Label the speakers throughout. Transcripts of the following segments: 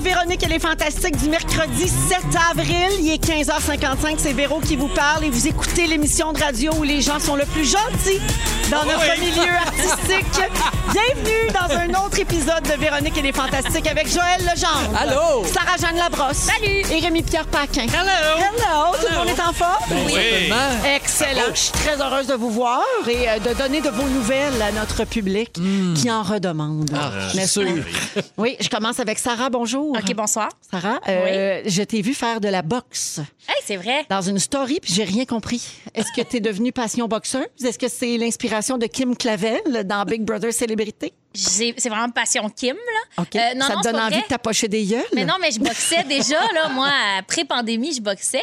Speaker 1: Véronique et les Fantastiques du mercredi 7 avril. Il est 15h55. C'est Véro qui vous parle et vous écoutez l'émission de radio où les gens sont le plus gentils dans notre
Speaker 2: oui.
Speaker 1: milieu artistique. Bienvenue dans un autre épisode de Véronique et les Fantastiques avec Joël Legendre.
Speaker 3: Allô.
Speaker 1: Sarah-Jeanne Labrosse. Salut. Et Rémi-Pierre Paquin.
Speaker 2: Hello.
Speaker 1: Hello. Tout le monde est en forme?
Speaker 3: Certainement.
Speaker 1: Excellent. Je suis très heureuse de vous voir et euh, de donner de vos nouvelles à notre public qui en redemande. N'est-ce pas? Oui, je commence avec Sarah. Bonjour.
Speaker 4: OK, bonsoir.
Speaker 1: Sarah, euh, je t'ai vu faire de la boxe
Speaker 4: Hey, c'est vrai.
Speaker 1: dans une story, puis j'ai rien compris. Est-ce que tu es devenue passion boxeuse? Est-ce que c'est l'inspiration de Kim Clavel dans Big Brother Célébrité?
Speaker 4: J'ai- C'est vraiment passion Kim, là.
Speaker 1: OK.
Speaker 4: Euh, non,
Speaker 1: Ça
Speaker 4: non,
Speaker 1: te
Speaker 4: c'est
Speaker 1: donne
Speaker 4: pas
Speaker 1: envie
Speaker 4: vrai.
Speaker 1: de t'approcher des yeux?
Speaker 4: Mais non, mais je boxais déjà, là. Moi, à- pré-pandémie, je boxais.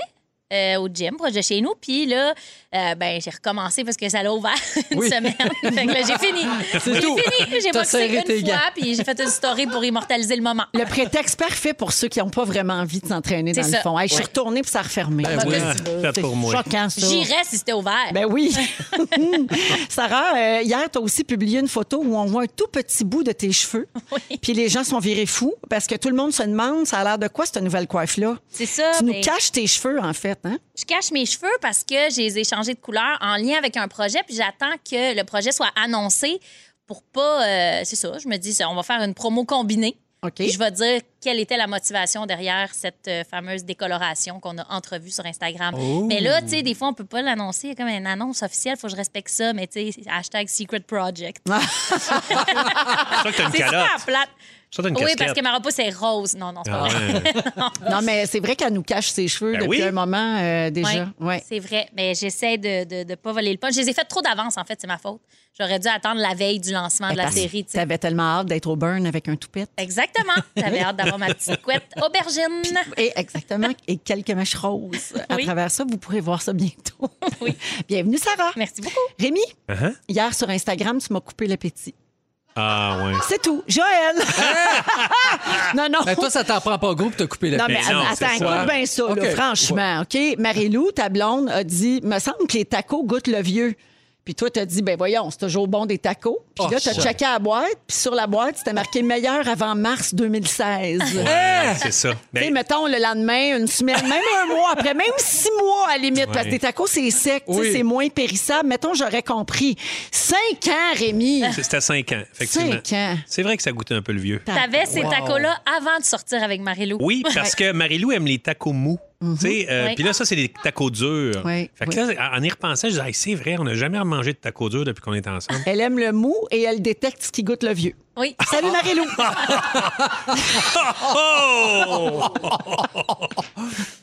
Speaker 4: euh, au gym, proche de chez nous. Puis là, euh, ben, j'ai recommencé parce que ça l'a ouvert une
Speaker 3: Oui.
Speaker 4: semaine. fait que là, j'ai fini.
Speaker 3: C'est
Speaker 4: J'ai
Speaker 3: tout.
Speaker 4: fini. J'ai
Speaker 3: T'as
Speaker 4: boxé
Speaker 3: serré tes
Speaker 4: une
Speaker 3: gants.
Speaker 4: fois, puis j'ai fait une story pour immortaliser le moment.
Speaker 1: Le prétexte parfait pour ceux qui n'ont pas vraiment envie de s'entraîner dans
Speaker 4: C'est
Speaker 1: le
Speaker 4: ça.
Speaker 1: fond. Hey, Je suis retournée puis ça a refermé.
Speaker 3: Ben oui.
Speaker 1: C'est
Speaker 2: Faites Ah, pour moi.
Speaker 1: choquant, ça.
Speaker 4: J'irais si c'était ouvert.
Speaker 1: Ben oui. Sarah, euh, hier, tu as aussi publié une photo où on voit un tout petit bout de tes cheveux. Puis les gens sont virés fous parce que tout le monde se demande ça a l'air de quoi cette nouvelle coiffe-là.
Speaker 4: c'est ça.
Speaker 1: Tu nous
Speaker 4: ben,
Speaker 1: caches tes cheveux, en fait. Hein?
Speaker 4: Je cache mes cheveux parce que j'ai les ai changés de couleur en lien avec un projet, puis j'attends que le projet soit annoncé pour pas. euh, c'est ça, je me dis, on va faire une promo combinée.
Speaker 1: OK.
Speaker 4: Puis je vais dire quelle était la motivation derrière cette euh, fameuse décoloration qu'on a entrevue sur Instagram. Mais là, tu sais, des fois, on peut pas l'annoncer. Il y a comme une annonce officielle, faut que je respecte ça, mais tu sais, hashtag Secret Project.
Speaker 2: Je crois que t'as une
Speaker 4: C'est
Speaker 2: calotte.
Speaker 4: super plate.
Speaker 2: Je crois que t'as une
Speaker 4: Oui,
Speaker 2: casquette.
Speaker 4: parce que ma repousse est rose. Non, non, c'est pas
Speaker 2: Ah
Speaker 4: vrai.
Speaker 2: ouais.
Speaker 1: Non, mais c'est vrai qu'elle nous cache ses cheveux
Speaker 2: Ben
Speaker 1: depuis
Speaker 2: oui.
Speaker 1: un moment euh, déjà.
Speaker 4: Oui,
Speaker 1: Ouais.
Speaker 4: C'est vrai, mais j'essaie de ne pas voler le punch. Je les ai fait trop d'avance, en fait, c'est ma faute. J'aurais dû attendre la veille du lancement de
Speaker 1: Ben,
Speaker 4: la
Speaker 1: parce
Speaker 4: série. tu
Speaker 1: Tu
Speaker 4: sais.
Speaker 1: avais tellement hâte d'être au burn avec un toupette.
Speaker 4: Exactement. J'avais hâte d'avoir ma petite couette aubergine.
Speaker 1: Et exactement, et quelques mèches roses. À
Speaker 4: Oui.
Speaker 1: travers ça, vous pourrez voir ça bientôt.
Speaker 4: Oui.
Speaker 1: Bienvenue, Sarah.
Speaker 4: Merci beaucoup.
Speaker 1: Rémi,
Speaker 2: Uh-huh.
Speaker 1: hier sur Instagram, tu m'as coupé l'appétit.
Speaker 2: Ah, ouais.
Speaker 1: C'est tout. Joël!
Speaker 4: Ah.
Speaker 1: non, non.
Speaker 3: Ben, toi, ça t'en prend pas gros pour te couper la
Speaker 1: Non, mais,
Speaker 2: Mais non, c'est ça.
Speaker 1: attends, écoute bien ça, là,
Speaker 3: OK.
Speaker 1: franchement. OK? Marie-Lou, ta blonde, a dit Me semble que les tacos goûtent le vieux. Puis toi, t'as dit Ben voyons, c'est toujours bon des tacos. Puis
Speaker 3: Oh,
Speaker 1: là, t'as
Speaker 3: shit.
Speaker 1: checké à la boîte, puis sur la boîte, c'était marqué meilleur avant mars 2016.
Speaker 3: Oh,
Speaker 2: Ouais, c'est ça.
Speaker 1: Tu sais,
Speaker 2: Ben,
Speaker 1: mettons le lendemain, une semaine, même un mois après, même six mois à la limite, parce que des tacos, c'est sec, tu sais,
Speaker 3: Oui.
Speaker 1: c'est moins périssable. Mettons, j'aurais compris. Cinq ans, Rémi.
Speaker 2: C'était à 5 ans, effectivement.
Speaker 1: Cinq ans.
Speaker 2: C'est vrai que ça goûtait un peu le vieux.
Speaker 4: T'avais ces tacos-là avant de sortir avec Marie-Lou.
Speaker 2: Oui, parce que Marie-Lou aime les tacos mous.
Speaker 4: Mhm.
Speaker 2: Tu sais, euh,
Speaker 4: Oui.
Speaker 2: Puis là, ça, c'est des tacos durs.
Speaker 1: Oui,
Speaker 2: Fait que
Speaker 1: oui.
Speaker 2: là, en y repensant, je disais, Hey, c'est vrai, on n'a jamais mangé de tacos durs depuis qu'on est ensemble.
Speaker 1: Elle aime le mou et elle détecte ce qui goûte le vieux.
Speaker 4: Oui.
Speaker 1: Salut
Speaker 3: Ah.
Speaker 1: Marie-Lou.
Speaker 2: Oh!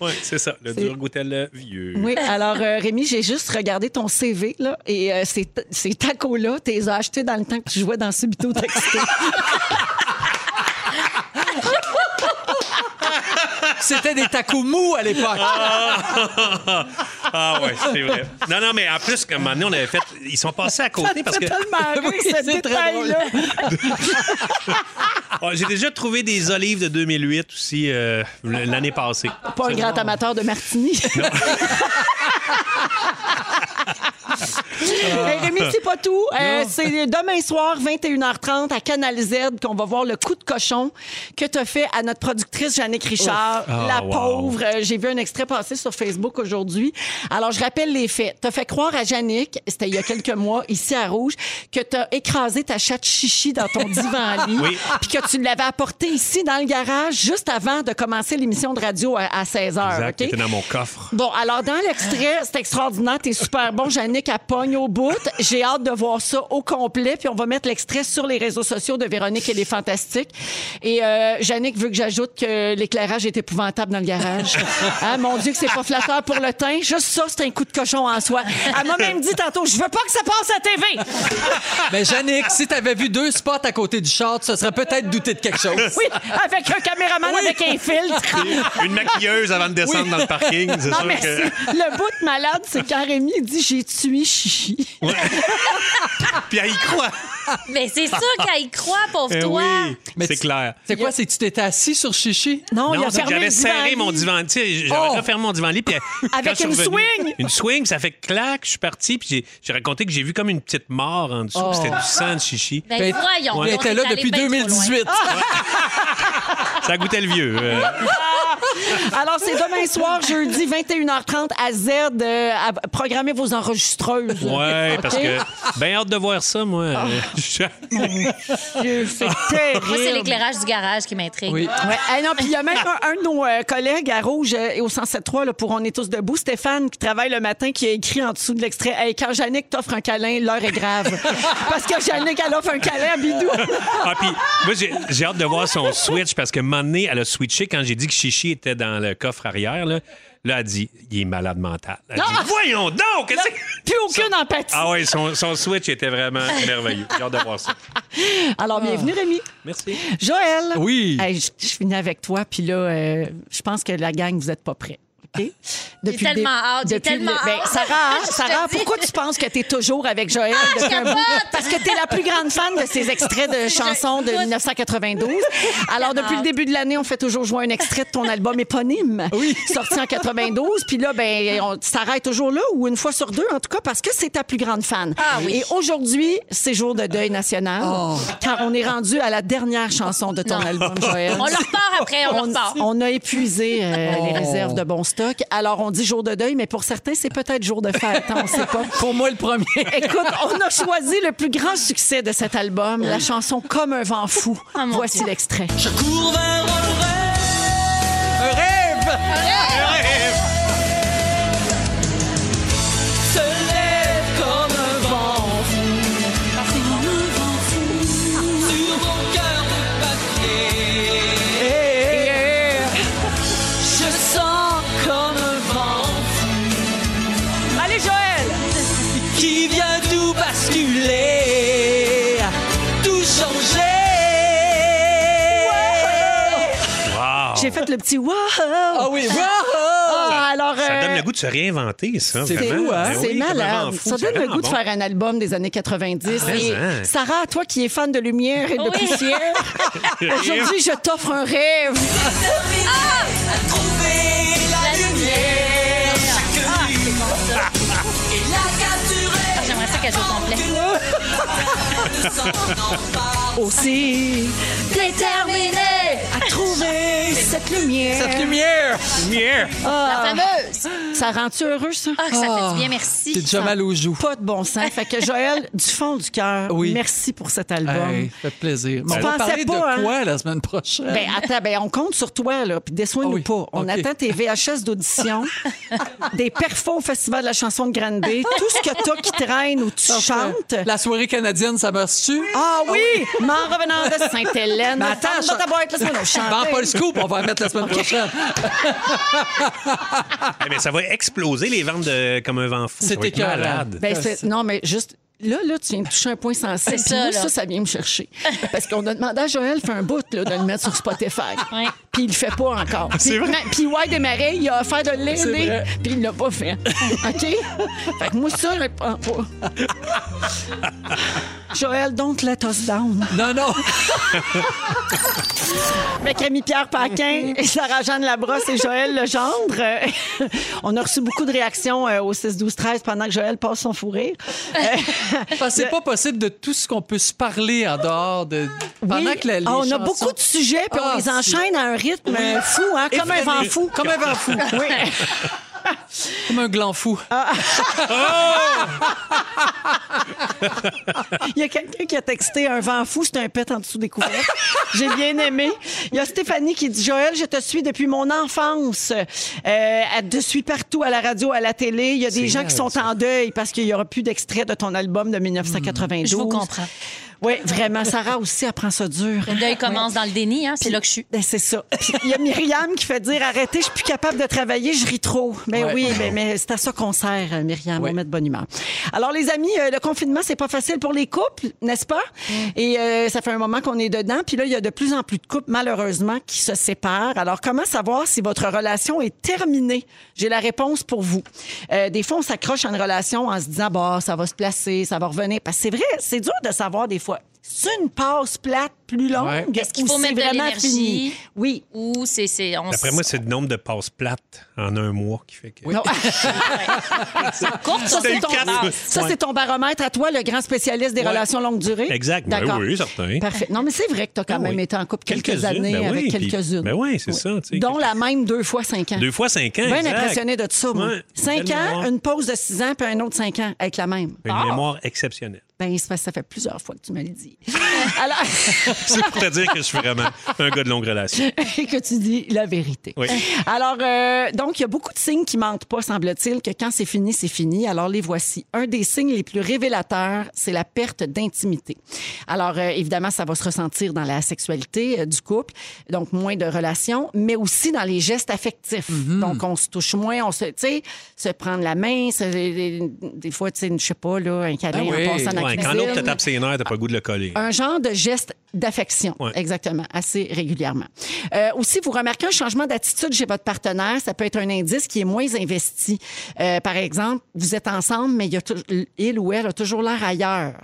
Speaker 2: oui, c'est ça. Le dur goûtait le vieux.
Speaker 1: Oui, alors euh, Rémi, j'ai juste regardé ton CV là, et euh, ces, ta- ces tacos-là, tu les as achetés dans le temps que tu jouais dans Subito Texto.
Speaker 3: C'était des tacos mous à l'époque.
Speaker 2: Ah ouais, c'est vrai. Non, non, mais en plus, à un moment donné, on avait fait... Ils sont passés à côté parce que...
Speaker 1: C'est tellement rire,
Speaker 3: Oui,
Speaker 1: ce
Speaker 3: c'est très
Speaker 1: détail-là.
Speaker 2: Ah, J'ai déjà trouvé des olives de 2008 aussi euh, l'année passée.
Speaker 1: Pas un grand amateur de martini.
Speaker 2: Euh,
Speaker 1: Hey, Rémi, c'est pas tout. Euh, c'est demain soir, 21h30, à Canal Z, qu'on va voir le coup de cochon que tu as fait à notre productrice Jannick Richard,
Speaker 2: Ah,
Speaker 1: la
Speaker 2: wow.
Speaker 1: pauvre. Euh, J'ai vu un extrait passer sur Facebook aujourd'hui. Alors, je rappelle les faits. Tu as fait croire à Jannick, c'était il y a quelques mois, ici à Rouge, que tu as écrasé ta chatte chichi dans ton divan-lit,
Speaker 2: Oui.
Speaker 1: puis que tu l'avais apportée ici dans le garage juste avant de commencer l'émission de radio à, 16h.
Speaker 2: Exact, était dans mon coffre.
Speaker 1: Bon, alors dans l'extrait, c'est extraordinaire, t'es super bon, Jannick, elle pogne au bout. J'ai hâte de voir ça au complet, puis on va mettre l'extrait sur les réseaux sociaux de Véronique et les Fantastiques. Et euh, Jannick veut que j'ajoute que l'éclairage est épouvantable dans le garage. Hein, mon Dieu, que c'est pas flatteur pour le teint. Juste ça, c'est un coup de cochon en soi. Elle m'a même dit tantôt, je veux pas que ça passe à TV.
Speaker 3: Mais Yannick, si t'avais vu deux spots à côté du char, tu te serais peut-être douté de quelque chose.
Speaker 1: Oui, avec un caméraman avec un filtre.
Speaker 2: Une maquilleuse avant de descendre dans le parking, c'est
Speaker 1: Non,
Speaker 2: sûr
Speaker 1: mais
Speaker 2: que...
Speaker 1: c'est- le bout de malade, c'est quand Rémi il dit j'ai tué Chichi.
Speaker 2: Puis elle y croit.
Speaker 4: Mais c'est sûr qu'elle y croit, pauvre
Speaker 2: Eh
Speaker 4: toi.
Speaker 2: oui,
Speaker 3: Mais
Speaker 2: c'est
Speaker 3: tu-
Speaker 2: clair.
Speaker 3: C'est quoi, c'est que tu t'étais assis sur Chichi?
Speaker 1: Non, il
Speaker 2: Non,
Speaker 1: a
Speaker 2: c'est que
Speaker 1: fermé
Speaker 2: j'avais
Speaker 1: le
Speaker 2: serré
Speaker 1: divan-lit.
Speaker 2: mon divan. Tu sais, j'avais
Speaker 3: Oh!
Speaker 2: refermé mon divan lit. Puis quand
Speaker 1: Avec
Speaker 2: je suis
Speaker 1: une
Speaker 2: revenu-
Speaker 1: swing!
Speaker 2: Une swing, ça fait clac. Je suis parti. Puis j'ai- j'ai raconté que j'ai vu comme une petite mort
Speaker 1: Oh!
Speaker 2: en dessous. puis C'était du sang de chichi.
Speaker 4: Ben,
Speaker 3: Ben,
Speaker 4: voyons.
Speaker 3: elle
Speaker 4: donc,
Speaker 3: était là
Speaker 4: t'es allé
Speaker 1: Ah!
Speaker 3: depuis
Speaker 4: bien trop loin.
Speaker 3: 2018.
Speaker 2: Ça goûtait le vieux. euh.
Speaker 1: Alors, c'est demain soir, jeudi, 21h30 à Z. euh, à- programmez vos enregistreuses.
Speaker 2: Ouais,
Speaker 1: OK? Ah!
Speaker 2: parce que. Ben, hâte de voir ça, moi.
Speaker 1: Dieu, C'est terrible.
Speaker 4: Moi, c'est l'éclairage du garage qui m'intrigue.
Speaker 3: Oui.
Speaker 1: Ouais. Hey, non, puis il y a même un, un de nos euh, collègues à Rouge euh, et au 107.3 là, pour On est tous debout, Stéphane, qui travaille le matin, qui a écrit en dessous de l'extrait Hey, Quand Jannick t'offre un câlin, l'heure est grave. Parce que Jannick, elle offre un câlin à Bidou.
Speaker 2: Ah, puis, moi, j'ai- j'ai hâte de voir son switch parce que un moment donné, elle a switché quand j'ai dit que Chichi était dans le coffre arrière. Là, là elle a dit il est malade mental. Elle dit,
Speaker 1: Ah!
Speaker 2: Voyons donc qu'est-ce que-
Speaker 1: Plus aucune empathie.
Speaker 2: Ah oui, son, son switch était vraiment merveilleux. J'ai hâte de voir ça.
Speaker 1: Alors, bienvenue, Rémi.
Speaker 2: Ah. Merci.
Speaker 1: Joël.
Speaker 3: Oui.
Speaker 1: Hey, je, je finis avec toi, puis là, euh, je pense que la gang, vous n'êtes pas prêts. OK? Depuis le dé-
Speaker 4: tellement hâte, j'ai
Speaker 1: depuis le-
Speaker 4: tellement
Speaker 1: Ben,
Speaker 4: hâte.
Speaker 1: Sarah, hein,
Speaker 4: Je te
Speaker 1: Sarah
Speaker 4: dis. Ah,
Speaker 1: pourquoi tu penses que tu es toujours avec Joël
Speaker 4: je
Speaker 1: depuis un bout?
Speaker 4: capote!
Speaker 1: Parce que tu es la plus grande fan de ces extraits de chansons de 1992. Alors, depuis le début de l'année, on fait toujours jouer un extrait de ton album éponyme, sorti en 92. Puis là, ben, on, Sarah est toujours là, ou une fois sur deux, en tout cas, parce que c'est ta plus grande fan.
Speaker 4: Ah oui. Oh.
Speaker 1: Et aujourd'hui, c'est jour de deuil national, car on est rendu à la dernière chanson de ton
Speaker 4: Non.
Speaker 1: album, Joël.
Speaker 4: On le repart après, on, le repart.
Speaker 1: on a épuisé euh, les réserves de bon stock. Alors, on dit jour de deuil, mais pour certains, c'est peut-être jour de fête. hein, on sait pas.
Speaker 3: Pour moi, le premier.
Speaker 1: Écoute, on a choisi le plus grand succès de cet album, la chanson Comme un vent fou.
Speaker 4: Ah, mon
Speaker 1: Voici
Speaker 4: Dieu.
Speaker 1: l'extrait.
Speaker 3: Je cours vers un rêve. Un rêve. Se lève comme un vent sur mon cœur de papier. Je sens comme un vent
Speaker 1: Allez, Joël!
Speaker 3: qui vient tout basculer, tout changer.
Speaker 2: Wow.
Speaker 1: J'ai fait le petit wow!
Speaker 3: Ah oui, wow!
Speaker 1: Ah, alors,
Speaker 2: Oh. Ça donne
Speaker 1: euh,
Speaker 2: le goût de se réinventer, ça.
Speaker 3: C'est
Speaker 2: vraiment.
Speaker 3: fou, hein?
Speaker 2: Ben oui,
Speaker 1: C'est
Speaker 2: comme
Speaker 1: malade.
Speaker 2: un fou,
Speaker 1: ça
Speaker 2: c'est
Speaker 1: donne le
Speaker 2: vraiment
Speaker 1: goût de
Speaker 2: bon.
Speaker 1: faire un album des années 90.
Speaker 2: Ah,
Speaker 1: Et
Speaker 2: mais, hein.
Speaker 1: Sarah, toi qui es fan de lumière et de
Speaker 4: Oui.
Speaker 1: poussière, aujourd'hui, je t'offre un rêve.
Speaker 5: Trouver la lumière, chaque nuit, et la
Speaker 4: Ah,
Speaker 5: capturer.
Speaker 4: J'aimerais ça qu'elle joue au complet.
Speaker 5: Ne s'en empare.
Speaker 1: Aussi,
Speaker 4: Déterminée!
Speaker 1: à trouver cette lumière.
Speaker 3: Cette lumière!
Speaker 2: Lumière.
Speaker 4: La fameuse!
Speaker 1: Ça rend-tu heureux, ça?
Speaker 4: Ah, que ça fait du bien, merci.
Speaker 3: T'es déjà mal aux joues.
Speaker 1: Pas de bon sens. Fait que Joël, du fond du cœur,
Speaker 3: Oui.
Speaker 1: merci pour cet album.
Speaker 3: Hey, ça fait plaisir. Mais on
Speaker 1: Je
Speaker 3: va
Speaker 1: pensais
Speaker 3: parler
Speaker 1: pas, hein.
Speaker 3: de quoi la semaine prochaine?
Speaker 1: Ben, attends, ben, on compte sur toi, là, puis déçois-nous
Speaker 3: Ah oui,
Speaker 1: pas. On
Speaker 3: ok.
Speaker 1: attend tes VHS d'audition, des perfos au Festival de la chanson de Grande Bay, tout ce que t'as qui traîne ou tu chantes.
Speaker 3: La soirée canadienne, ça meurt-tu?
Speaker 1: Ah oui! M'en revenant de Sainte-Hélène.
Speaker 3: Mais Ben, attends,
Speaker 1: Ferme
Speaker 3: je-
Speaker 1: dans ta boîte, laisse-moi nous chanter.
Speaker 3: Vends pas le scoop, on va en mettre la semaine prochaine.
Speaker 2: Eh bien, ça va exploser les ventes de Comme un vent fou.
Speaker 3: C'est
Speaker 2: Ça va être
Speaker 3: écœurant.
Speaker 2: malade.
Speaker 1: Ben, c'est- non, mais juste. Là, là, tu viens de toucher un point sensible.
Speaker 4: C'est
Speaker 1: Puis
Speaker 4: ça,
Speaker 1: moi,
Speaker 4: là.
Speaker 1: ça, ça vient me chercher. Parce qu'on a demandé à Joël, fait un bout, là, de le mettre sur Spotify.
Speaker 4: Ouais.
Speaker 1: Puis il le fait pas encore. Puis,
Speaker 2: c'est vrai.
Speaker 1: non, puis ouais, démarré, il a offert de l'aider,
Speaker 3: vrai.
Speaker 1: puis il l'a pas fait. OK? Fait que moi, ça, je réponds pas. Joël, don't let us down.
Speaker 3: Non, non.
Speaker 1: Avec Rémi-Pierre Paquin et Sarah-Jeanne Labrosse et Joël Legendre. Euh, on a reçu beaucoup de réactions euh, au 6-12-13 pendant que Joël passe son fou rire.
Speaker 3: Parce que c'est pas possible de tout ce qu'on peut se parler en dehors de. Pendant
Speaker 1: Oui.
Speaker 3: que la, les
Speaker 1: Ah, on a
Speaker 3: chansons-
Speaker 1: beaucoup de sujets, puis
Speaker 3: Ah,
Speaker 1: on les
Speaker 3: si.
Speaker 1: enchaîne à un rythme euh, fou, hein, comme un vent fou.
Speaker 3: Comme un vent fou.
Speaker 1: Oui.
Speaker 3: Comme un gland fou.
Speaker 1: Ah. Il y a quelqu'un qui a texté un vent fou, c'est un pet en dessous des couvertes. J'ai bien aimé. Il y a Stéphanie qui dit Joël, je te suis depuis mon enfance. Euh, elle te suit partout à la radio, à la télé. Il y a des gens qui sont en deuil parce qu'il n'y aura plus d'extrait de ton
Speaker 3: Hmm.
Speaker 1: album de 1992.
Speaker 4: Je vous comprends.
Speaker 1: Oui, vraiment. Sarah aussi apprend ça dur.
Speaker 4: Le deuil commence dans le déni, hein, c'est là que je suis.
Speaker 1: Ben, c'est ça. Puis, Il y a Myriam qui fait dire arrêtez, je suis plus capable de travailler, je ris trop. Ben
Speaker 3: Ouais.
Speaker 1: oui, ben, mais c'est à ça qu'on sert, euh, Myriam,
Speaker 3: Ouais.
Speaker 1: on met de bonne humeur. Alors les amis, euh, le confinement c'est pas facile pour les couples, n'est-ce pas
Speaker 3: Mm.
Speaker 1: Et euh, ça fait un moment qu'on est dedans, puis là il y a de plus en plus de couples malheureusement qui se séparent. Alors comment savoir si votre relation est terminée J'ai la réponse pour vous. Euh, des fois on s'accroche à une relation en se disant bah ça va se placer, ça va revenir parce que c'est vrai, c'est dur de savoir des fois. C'est une passe plate plus longue.
Speaker 4: Est-ce qu'il
Speaker 1: ou
Speaker 4: faut
Speaker 1: c'est
Speaker 4: mettre de
Speaker 1: vraiment
Speaker 4: l'énergie?
Speaker 1: fini? Oui.
Speaker 4: Ou c'est. c'est on
Speaker 2: D'après
Speaker 4: s-
Speaker 2: moi, c'est le nombre de passes plates en un mois qui fait que.
Speaker 1: Non.
Speaker 4: courte,
Speaker 1: Ça,
Speaker 2: T'as
Speaker 1: c'est
Speaker 2: eu
Speaker 1: ton,
Speaker 2: quatre.
Speaker 1: ah, ça,
Speaker 2: Ouais.
Speaker 1: c'est ton baromètre à toi, le grand spécialiste des
Speaker 2: Ouais.
Speaker 1: relations longue durée.
Speaker 2: Exact. Ben
Speaker 1: D'accord.
Speaker 2: oui, certain.
Speaker 1: Parfait. Non, mais c'est vrai que tu as quand
Speaker 2: Ah
Speaker 1: même
Speaker 2: oui.
Speaker 1: été en couple quelques,
Speaker 2: Quelques-unes,
Speaker 1: années
Speaker 2: ben oui,
Speaker 1: avec
Speaker 2: puis-
Speaker 1: quelques-unes.
Speaker 2: ben oui, c'est ça, tu sais,
Speaker 1: Dont
Speaker 2: quelques-
Speaker 1: la même deux fois cinq ans.
Speaker 2: Deux fois cinq ans.
Speaker 1: Bien
Speaker 2: exact.
Speaker 1: impressionné de ça, moi.
Speaker 2: Ouais.
Speaker 1: Cinq
Speaker 2: Belle
Speaker 1: ans,
Speaker 2: mémoire.
Speaker 1: une pause de six ans, puis un autre cinq ans avec la même. Ah!
Speaker 2: Une mémoire exceptionnelle.
Speaker 1: Ben, c'est parce que ça fait plusieurs fois que tu me le dis. Alors,
Speaker 2: C'est pour te dire que je suis vraiment un gars de longue relation.
Speaker 1: et que tu dis la vérité.
Speaker 2: Oui.
Speaker 1: Alors, euh, donc, il y a beaucoup de signes qui mentent pas, semble-t-il, que quand c'est fini, c'est fini. Alors, les voici. Un des signes les plus révélateurs, c'est la perte d'intimité. Alors, euh, évidemment, ça va se ressentir dans la sexualité euh, du couple, donc moins de relations, mais aussi dans les gestes affectifs.
Speaker 2: Mhm.
Speaker 1: Donc, on se touche moins, on se, tu sais, se prendre la main, se- des, des fois, tu sais, je sais pas, là, un câlin
Speaker 3: Ah oui.
Speaker 1: en passant dans la
Speaker 2: Ben Ouais, quand
Speaker 1: cuisine.
Speaker 2: l'autre te tape ses nerfs, t'as pas le goût de le coller.
Speaker 1: Un genre de geste d'affection,
Speaker 2: Ouais.
Speaker 1: exactement, assez régulièrement. Euh, aussi, vous remarquez un changement d'attitude chez votre partenaire, ça peut être un indice qui est moins investi. Euh, par exemple, vous êtes ensemble, mais il, y a tou- il ou elle a toujours l'air ailleurs.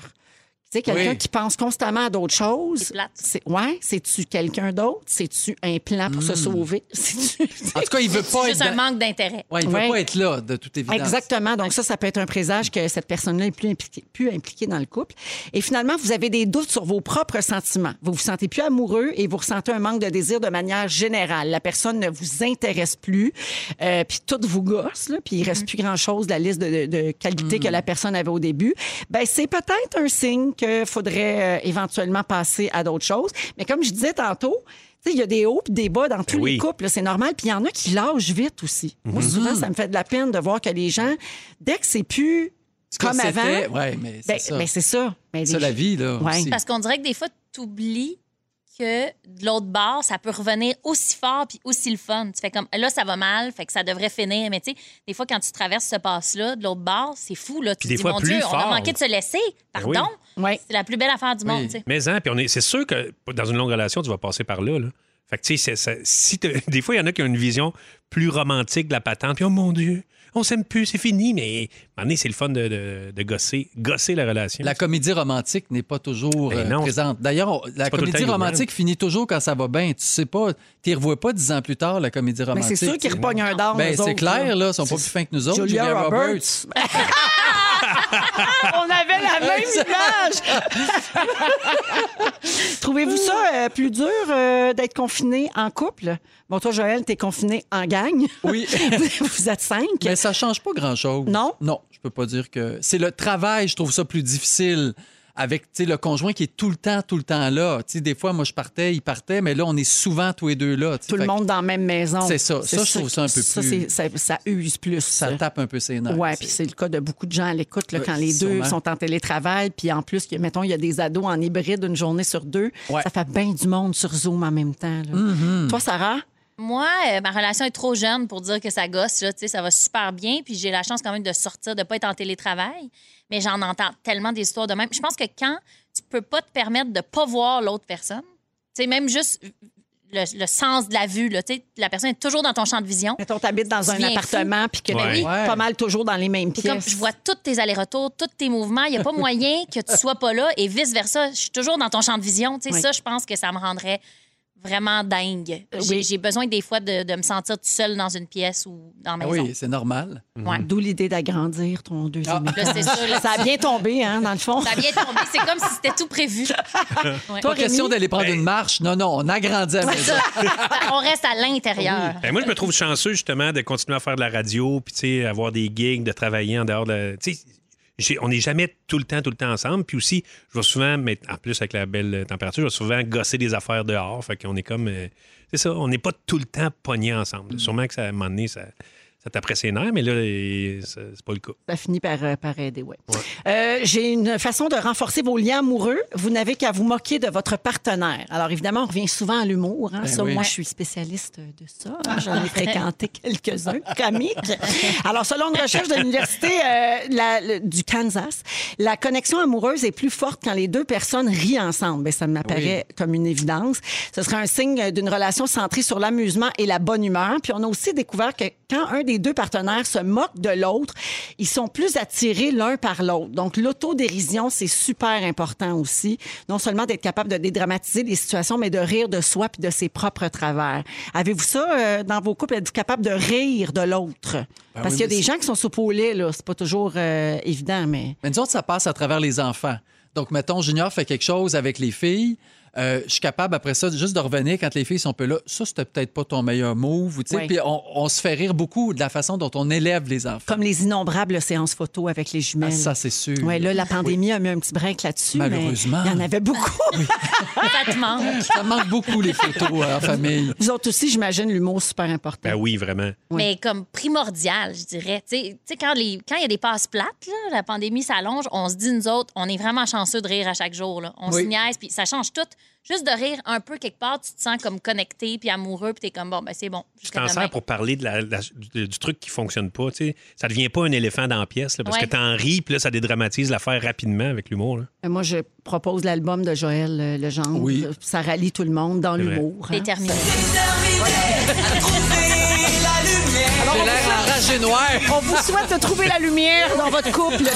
Speaker 1: Tu sais, quelqu'un
Speaker 3: Oui.
Speaker 1: qui pense constamment à d'autres choses.
Speaker 4: C'est plate.
Speaker 1: C'est ouais, c'est-tu quelqu'un d'autre? C'est-tu un plan pour se sauver? C'est-tu-
Speaker 3: En tout cas, il veut pas
Speaker 4: C'est
Speaker 3: être.
Speaker 4: juste un manque d'intérêt.
Speaker 3: Ouais, il veut
Speaker 1: Ouais.
Speaker 3: pas être là, de toute évidence.
Speaker 1: Exactement. Donc ça, ça peut être un présage que cette personne-là est plus impliquée, plus impliquée dans le couple. Et finalement, vous avez des doutes sur vos propres sentiments. Vous vous sentez plus amoureux et vous ressentez un manque de désir de manière générale. La personne ne vous intéresse plus, euh, puis tout vous gosse, là, puis il reste plus grand-chose de la liste de, de- de qualités que la personne avait au début. Ben c'est peut-être un signe qu'il faudrait euh, éventuellement passer à d'autres choses. Mais comme je disais tantôt. tu sais, Il y a des hauts et des bas dans
Speaker 3: Ben
Speaker 1: tous les
Speaker 2: oui.
Speaker 1: couples couple, là, c'est normal. Puis il y en a qui lâchent vite aussi. Moi,
Speaker 3: Mhm.
Speaker 1: souvent, ça me fait de la peine de voir que les gens, dès que c'est plus
Speaker 3: Ce que
Speaker 1: comme avant,
Speaker 3: c'était, Ouais, mais c'est
Speaker 1: ben,
Speaker 3: ça.
Speaker 1: ben, c'est ça. Ben, les-
Speaker 3: C'est ça, la vie, là.
Speaker 1: Ouais.
Speaker 3: aussi.
Speaker 4: Parce qu'on dirait que des fois, tu oublies que de l'autre bord, ça peut revenir aussi fort puis aussi le fun. Tu fais comme là, ça va mal, fait que ça devrait finir. Mais tu sais, des fois, quand tu traverses ce passe-là, de l'autre bord, c'est fou. Là. Tu
Speaker 2: Puis des
Speaker 4: te dis,
Speaker 2: fois,
Speaker 4: mon
Speaker 2: plus
Speaker 4: Dieu, on
Speaker 2: fort. Ben
Speaker 4: a manqué de se laisser. Pardon.
Speaker 2: oui.
Speaker 1: Ouais.
Speaker 4: C'est la plus belle affaire du
Speaker 3: Oui.
Speaker 4: monde. tu sais.
Speaker 2: Mais hein, puis on est, c'est sûr que dans une longue relation, tu vas passer par là. là. Fait que tu sais, c'est- ça- si t'as- des fois, il y en a qui ont une vision plus romantique de la patente. Puis oh mon Dieu, on s'aime plus, c'est fini. Mais à un moment donné, c'est le fun de, de, de gosser, gosser la relation.
Speaker 3: La comédie romantique n'est pas toujours
Speaker 2: Ben
Speaker 3: euh,
Speaker 2: non.
Speaker 3: présente. D'ailleurs, on- la
Speaker 2: pas tout le
Speaker 3: comédie
Speaker 2: temps
Speaker 3: romantique finit toujours quand ça va bien. Tu sais pas, tu revois pas dix ans plus tard la comédie
Speaker 1: Mais
Speaker 3: romantique.
Speaker 1: Ben, c'est sûr qu'ils repognent un dard.
Speaker 3: Ben,
Speaker 1: eux
Speaker 3: c'est
Speaker 1: autres,
Speaker 3: clair, là, ils sont pas plus
Speaker 1: C'est-
Speaker 3: fins que nous autres.
Speaker 1: Julia Roberts. On avait la même image. Trouvez-vous ça euh, plus dur euh, d'être confiné en couple? Bon, toi, Joël, t'es confiné en gang.
Speaker 3: Oui.
Speaker 1: Vous vous êtes cinq.
Speaker 3: Mais ça change pas grand-chose.
Speaker 1: Non?
Speaker 3: Non, je peux pas dire que. C'est le travail, je trouve ça plus difficile. Avec tu sais, le conjoint qui est tout le temps, tout le temps là. Tu sais, des fois, moi, je partais, il partait, mais là, on est souvent tous les deux là. tu sais.
Speaker 1: Tout le
Speaker 3: Fait que
Speaker 1: monde dans la même maison.
Speaker 3: C'est ça. Ça, je trouve ça un peu
Speaker 1: ça,
Speaker 3: plus-
Speaker 1: c'est- Ça, ça use plus.
Speaker 3: Ça tape un peu ses nerfs.
Speaker 1: Oui, puis c'est le cas de beaucoup de gens à l'écoute, là,
Speaker 3: Ouais,
Speaker 1: quand les deux
Speaker 3: sûrement.
Speaker 1: sont en télétravail, puis en plus, que, mettons, il y a des ados en hybride une journée sur deux,
Speaker 3: Ouais. Mm-hmm.
Speaker 1: ça fait bien du monde sur Zoom en même temps. là. Toi, Sarah?
Speaker 4: Moi, euh, ma relation est trop jeune pour dire que ça gosse. Là, tu sais, ça va super bien. Puis j'ai la chance quand même de sortir, de ne pas être en télétravail. Mais j'en entends tellement des histoires de même. Je pense que quand tu peux pas te permettre de pas voir l'autre personne, tu sais, même juste le, le sens de la vue, là, tu sais, la personne est toujours dans ton champ de vision.
Speaker 1: Mettons, t'habites dans un
Speaker 4: deviens
Speaker 1: appartement, puis que
Speaker 2: Ouais.
Speaker 1: t'es
Speaker 3: Ouais.
Speaker 1: pas mal toujours dans les mêmes
Speaker 4: C'est comme
Speaker 1: pièces.
Speaker 4: je vois tous tes allers-retours, tous tes mouvements. Il n'y a pas moyen que tu sois pas là et vice-versa. Je suis toujours dans ton champ de vision. Tu sais,
Speaker 1: Oui.
Speaker 4: Ça, je pense que ça me rendrait vraiment dingue. J'ai
Speaker 1: Oui.
Speaker 4: j'ai besoin des fois de, de me sentir toute seule dans une pièce ou dans ma
Speaker 3: Ah
Speaker 4: maison.
Speaker 3: Oui, c'est normal.
Speaker 4: Ouais.
Speaker 2: Mhm.
Speaker 1: D'où l'idée d'agrandir ton deuxième
Speaker 3: Ah.
Speaker 1: étage.
Speaker 4: Là, c'est ça, là,
Speaker 1: Ça a bien tombé, hein, dans le fond.
Speaker 4: Ça a bien tombé. C'est comme si c'était tout prévu. Ouais.
Speaker 1: Toi,
Speaker 3: Pas question
Speaker 1: Rémi?
Speaker 3: d'aller prendre
Speaker 2: Ben-
Speaker 3: une marche. Non, non, on agrandit la maison.
Speaker 4: On reste à l'intérieur.
Speaker 2: Ben, moi, je me trouve chanceux, justement, de continuer à faire de la radio, puis, tu sais, avoir des gigs, de travailler en dehors de. la- Tu sais, j'ai- on n'est jamais tout le temps, tout le temps ensemble. Puis aussi, je vais souvent, mais en plus avec la belle euh, température, je vais souvent gosser des affaires dehors. Fait qu'on est comme. euh, c'est ça, on n'est pas tout le temps pognés
Speaker 4: Mm.
Speaker 2: ensemble. Sûrement que ça, à un moment donné, ça, ça taperait ses nerfs, mais là, euh, ça- c'est pas le cas.
Speaker 1: Ça finit par, euh, par aider, ouais. Euh, J'ai une façon de renforcer vos liens amoureux. Vous n'avez qu'à vous moquer de votre partenaire. Alors, évidemment, on revient souvent à l'humour. Hein?
Speaker 3: Ben
Speaker 1: ça,
Speaker 3: oui.
Speaker 1: moi, je suis spécialiste de ça. hein. J'en ai fréquenté quelques-uns comiques. Alors, selon une recherche de l'Université euh, la- le- du Kansas, la connexion amoureuse est plus forte quand les deux personnes rient ensemble. Ben, ça m'apparaît comme une évidence. Ce serait un signe d'une relation centrée sur l'amusement et la bonne humeur. Puis, on a aussi découvert que quand quand un des deux partenaires se moque de l'autre, ils sont plus attirés l'un par l'autre. Donc, l'autodérision, c'est super important aussi. Non seulement d'être capable de dédramatiser les situations, mais de rire de soi puis de ses propres travers. Avez-vous ça euh, dans vos couples? Êtes-vous capable de rire de l'autre? Parce
Speaker 3: Ben oui,
Speaker 1: qu'il y a
Speaker 3: mais
Speaker 1: des
Speaker 3: c'est-
Speaker 1: gens qui sont saupoulés, là. C'est pas toujours euh, évident, mais...
Speaker 3: Mais nous autres, ça passe à travers les enfants. Donc, mettons, Junior fait quelque chose avec les filles. euh, je suis capable après ça juste de revenir quand les filles sont un peu là. Ça, c'était peut-être pas ton meilleur move. ou tu sais.
Speaker 1: Oui.
Speaker 3: Puis on, on se fait rire beaucoup de la façon dont on élève les enfants.
Speaker 1: Comme les innombrables séances photo avec les jumelles.
Speaker 3: Ah, ça, c'est sûr.
Speaker 1: Ouais, là, la pandémie a mis un petit break là-dessus. mais
Speaker 3: Malheureusement.
Speaker 1: Il y en avait beaucoup.
Speaker 4: Ça te manque.
Speaker 3: Ça me manque beaucoup les photos euh, en famille.
Speaker 1: Vous autres aussi, j'imagine, l'humour super important.
Speaker 2: Ben oui, vraiment.
Speaker 4: mais comme primordial, je dirais. Tu sais- tu sais, quand les- quand il y a des passes plates, là, la pandémie s'allonge, on se dit, nous autres, on est vraiment chanceux de rire à chaque jour. là. On
Speaker 3: Oui.
Speaker 4: se niaise, puis ça change tout. Juste de rire un peu quelque part, tu te sens comme connecté, puis amoureux, puis t'es comme, bon, ben c'est bon.
Speaker 2: Tu
Speaker 4: jusqu'à
Speaker 2: t'en
Speaker 4: demain.
Speaker 2: sers pour parler de la- la- du, du truc qui fonctionne pas. tu sais. Ça devient pas un éléphant dans la pièce, là, parce
Speaker 4: Ouais.
Speaker 2: que t'en ris, puis là, ça dédramatise l'affaire rapidement avec l'humour. là.
Speaker 1: Euh, Moi, je propose l'album de Joël euh, Legendre.
Speaker 3: Oui.
Speaker 1: Ça rallie tout le monde dans
Speaker 2: vrai.
Speaker 1: l'humour. hein.
Speaker 4: Déterminé.
Speaker 5: à trouver la lumière.
Speaker 3: J'ai l'air enragé noir.
Speaker 1: On vous souhaite de trouver la lumière dans votre couple.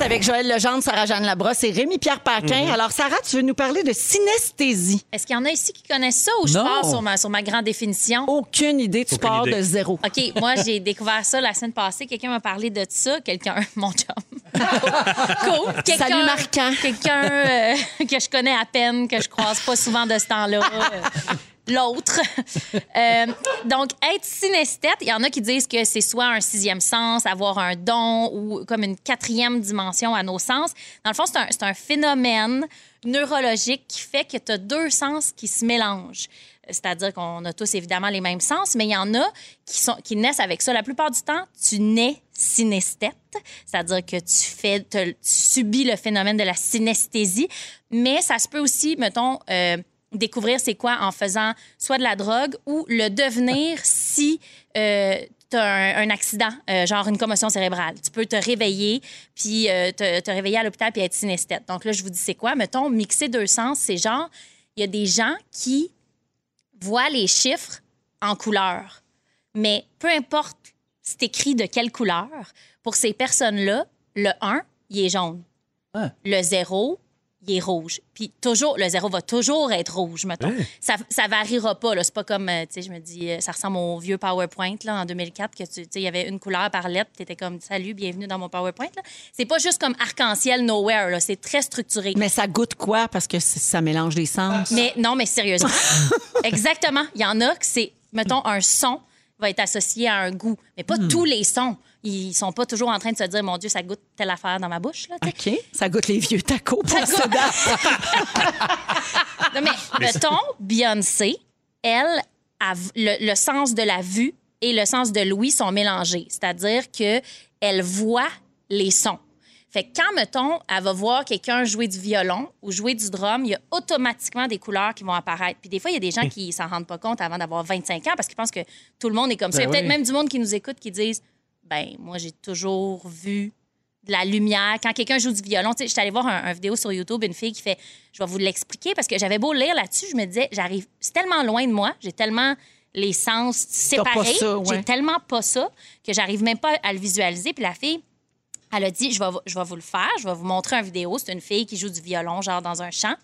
Speaker 1: Avec Joël Legendre, Sarah-Jeanne Labrosse et Rémi-Pierre Paquin. Alors, Sarah, tu veux nous parler de synesthésie.
Speaker 4: Est-ce qu'il y en a ici qui connaissent ça ou je
Speaker 3: Non.
Speaker 4: pars sur ma, sur ma grande définition?
Speaker 1: Aucune idée, tu
Speaker 2: Aucune
Speaker 1: pars
Speaker 2: idée.
Speaker 1: de zéro.
Speaker 4: OK, moi, j'ai découvert ça la semaine passée. Quelqu'un m'a parlé de ça. Quelqu'un, mon chum. cool. Quelqu'un-
Speaker 1: Salut, Marquant.
Speaker 4: Quelqu'un euh, que je connais à peine, que je croise pas souvent de ce temps-là. euh, L'autre. Euh, donc, être synesthète, il y en a qui disent que c'est soit un sixième sens, avoir un don ou comme une quatrième dimension à nos sens. Dans le fond, c'est un, c'est un phénomène neurologique qui fait que tu as deux sens qui se mélangent. C'est-à-dire qu'on a tous évidemment les mêmes sens, mais il y en a qui, sont, qui naissent avec ça. La plupart du temps, tu nais synesthète, c'est-à-dire que tu, fais, te- tu subis le phénomène de la synesthésie, mais ça se peut aussi, mettons, euh, découvrir c'est quoi en faisant soit de la drogue ou le devenir si euh, tu un, un accident, euh, genre une commotion cérébrale. Tu peux te réveiller, puis euh, te, te réveiller à l'hôpital, puis être synesthète. Donc là, je vous dis c'est quoi. Mettons, mixer deux sens, c'est genre, il y a des gens qui voient les chiffres en couleur. Mais peu importe c'est écrit de quelle couleur, pour ces personnes-là, le 1, il est jaune.
Speaker 3: Ah.
Speaker 4: Le 0, il est rouge. Puis toujours, le 0 va toujours être rouge, mettons.
Speaker 2: Hein?
Speaker 4: Ça, ça variera pas, là. C'est pas comme, euh, tu sais, je me dis, euh, ça ressemble au vieux PowerPoint, là, en 2004, que tu tu sais, il y avait une couleur par lettre, tu étais comme, salut, bienvenue dans mon PowerPoint, là. C'est pas juste comme arc-en-ciel nowhere, là. C'est très structuré.
Speaker 1: Mais ça goûte quoi? Parce que c- ça mélange les sens.
Speaker 4: Mais non, mais sérieusement. Exactement. Il y en a que c'est, mettons, un son va être associé à un goût, mais pas tous les sons. Ils sont pas toujours en train de se dire, mon Dieu, ça goûte telle affaire dans ma bouche. Là, tu sais.
Speaker 1: OK. Ça goûte les vieux tacos pour
Speaker 4: Ah, goûte-
Speaker 1: se
Speaker 4: Non, mais mettons, Beyoncé, elle, a v- le, le sens de la vue et le sens de l'ouïe sont mélangés. C'est-à-dire que elle voit les sons. Fait que quand, mettons, elle va voir quelqu'un jouer du violon ou jouer du drum, il y a automatiquement des couleurs qui vont apparaître. Puis des fois, il y a des
Speaker 3: Hmm.
Speaker 4: gens qui s'en rendent pas compte avant d'avoir 25 ans parce qu'ils pensent que tout le monde est comme ça. Il y a
Speaker 3: Ben
Speaker 4: peut-être
Speaker 3: oui.
Speaker 4: même du monde qui nous écoute qui disent ben moi, j'ai toujours vu de la lumière. Quand quelqu'un joue du violon, tu sais, j'étais allée voir un, un vidéo sur YouTube, une fille qui fait, je vais vous l'expliquer parce que j'avais beau lire là-dessus, je me disais, j'arrive, c'est tellement loin de moi, j'ai tellement les sens séparés,
Speaker 1: pas ça, ouais.
Speaker 4: j'ai tellement pas ça que j'arrive même pas à le visualiser. Puis la fille, elle a dit, je vais, vous- je vais vous le faire, je vais vous montrer un vidéo. C'est une fille qui joue du violon, genre dans un champ.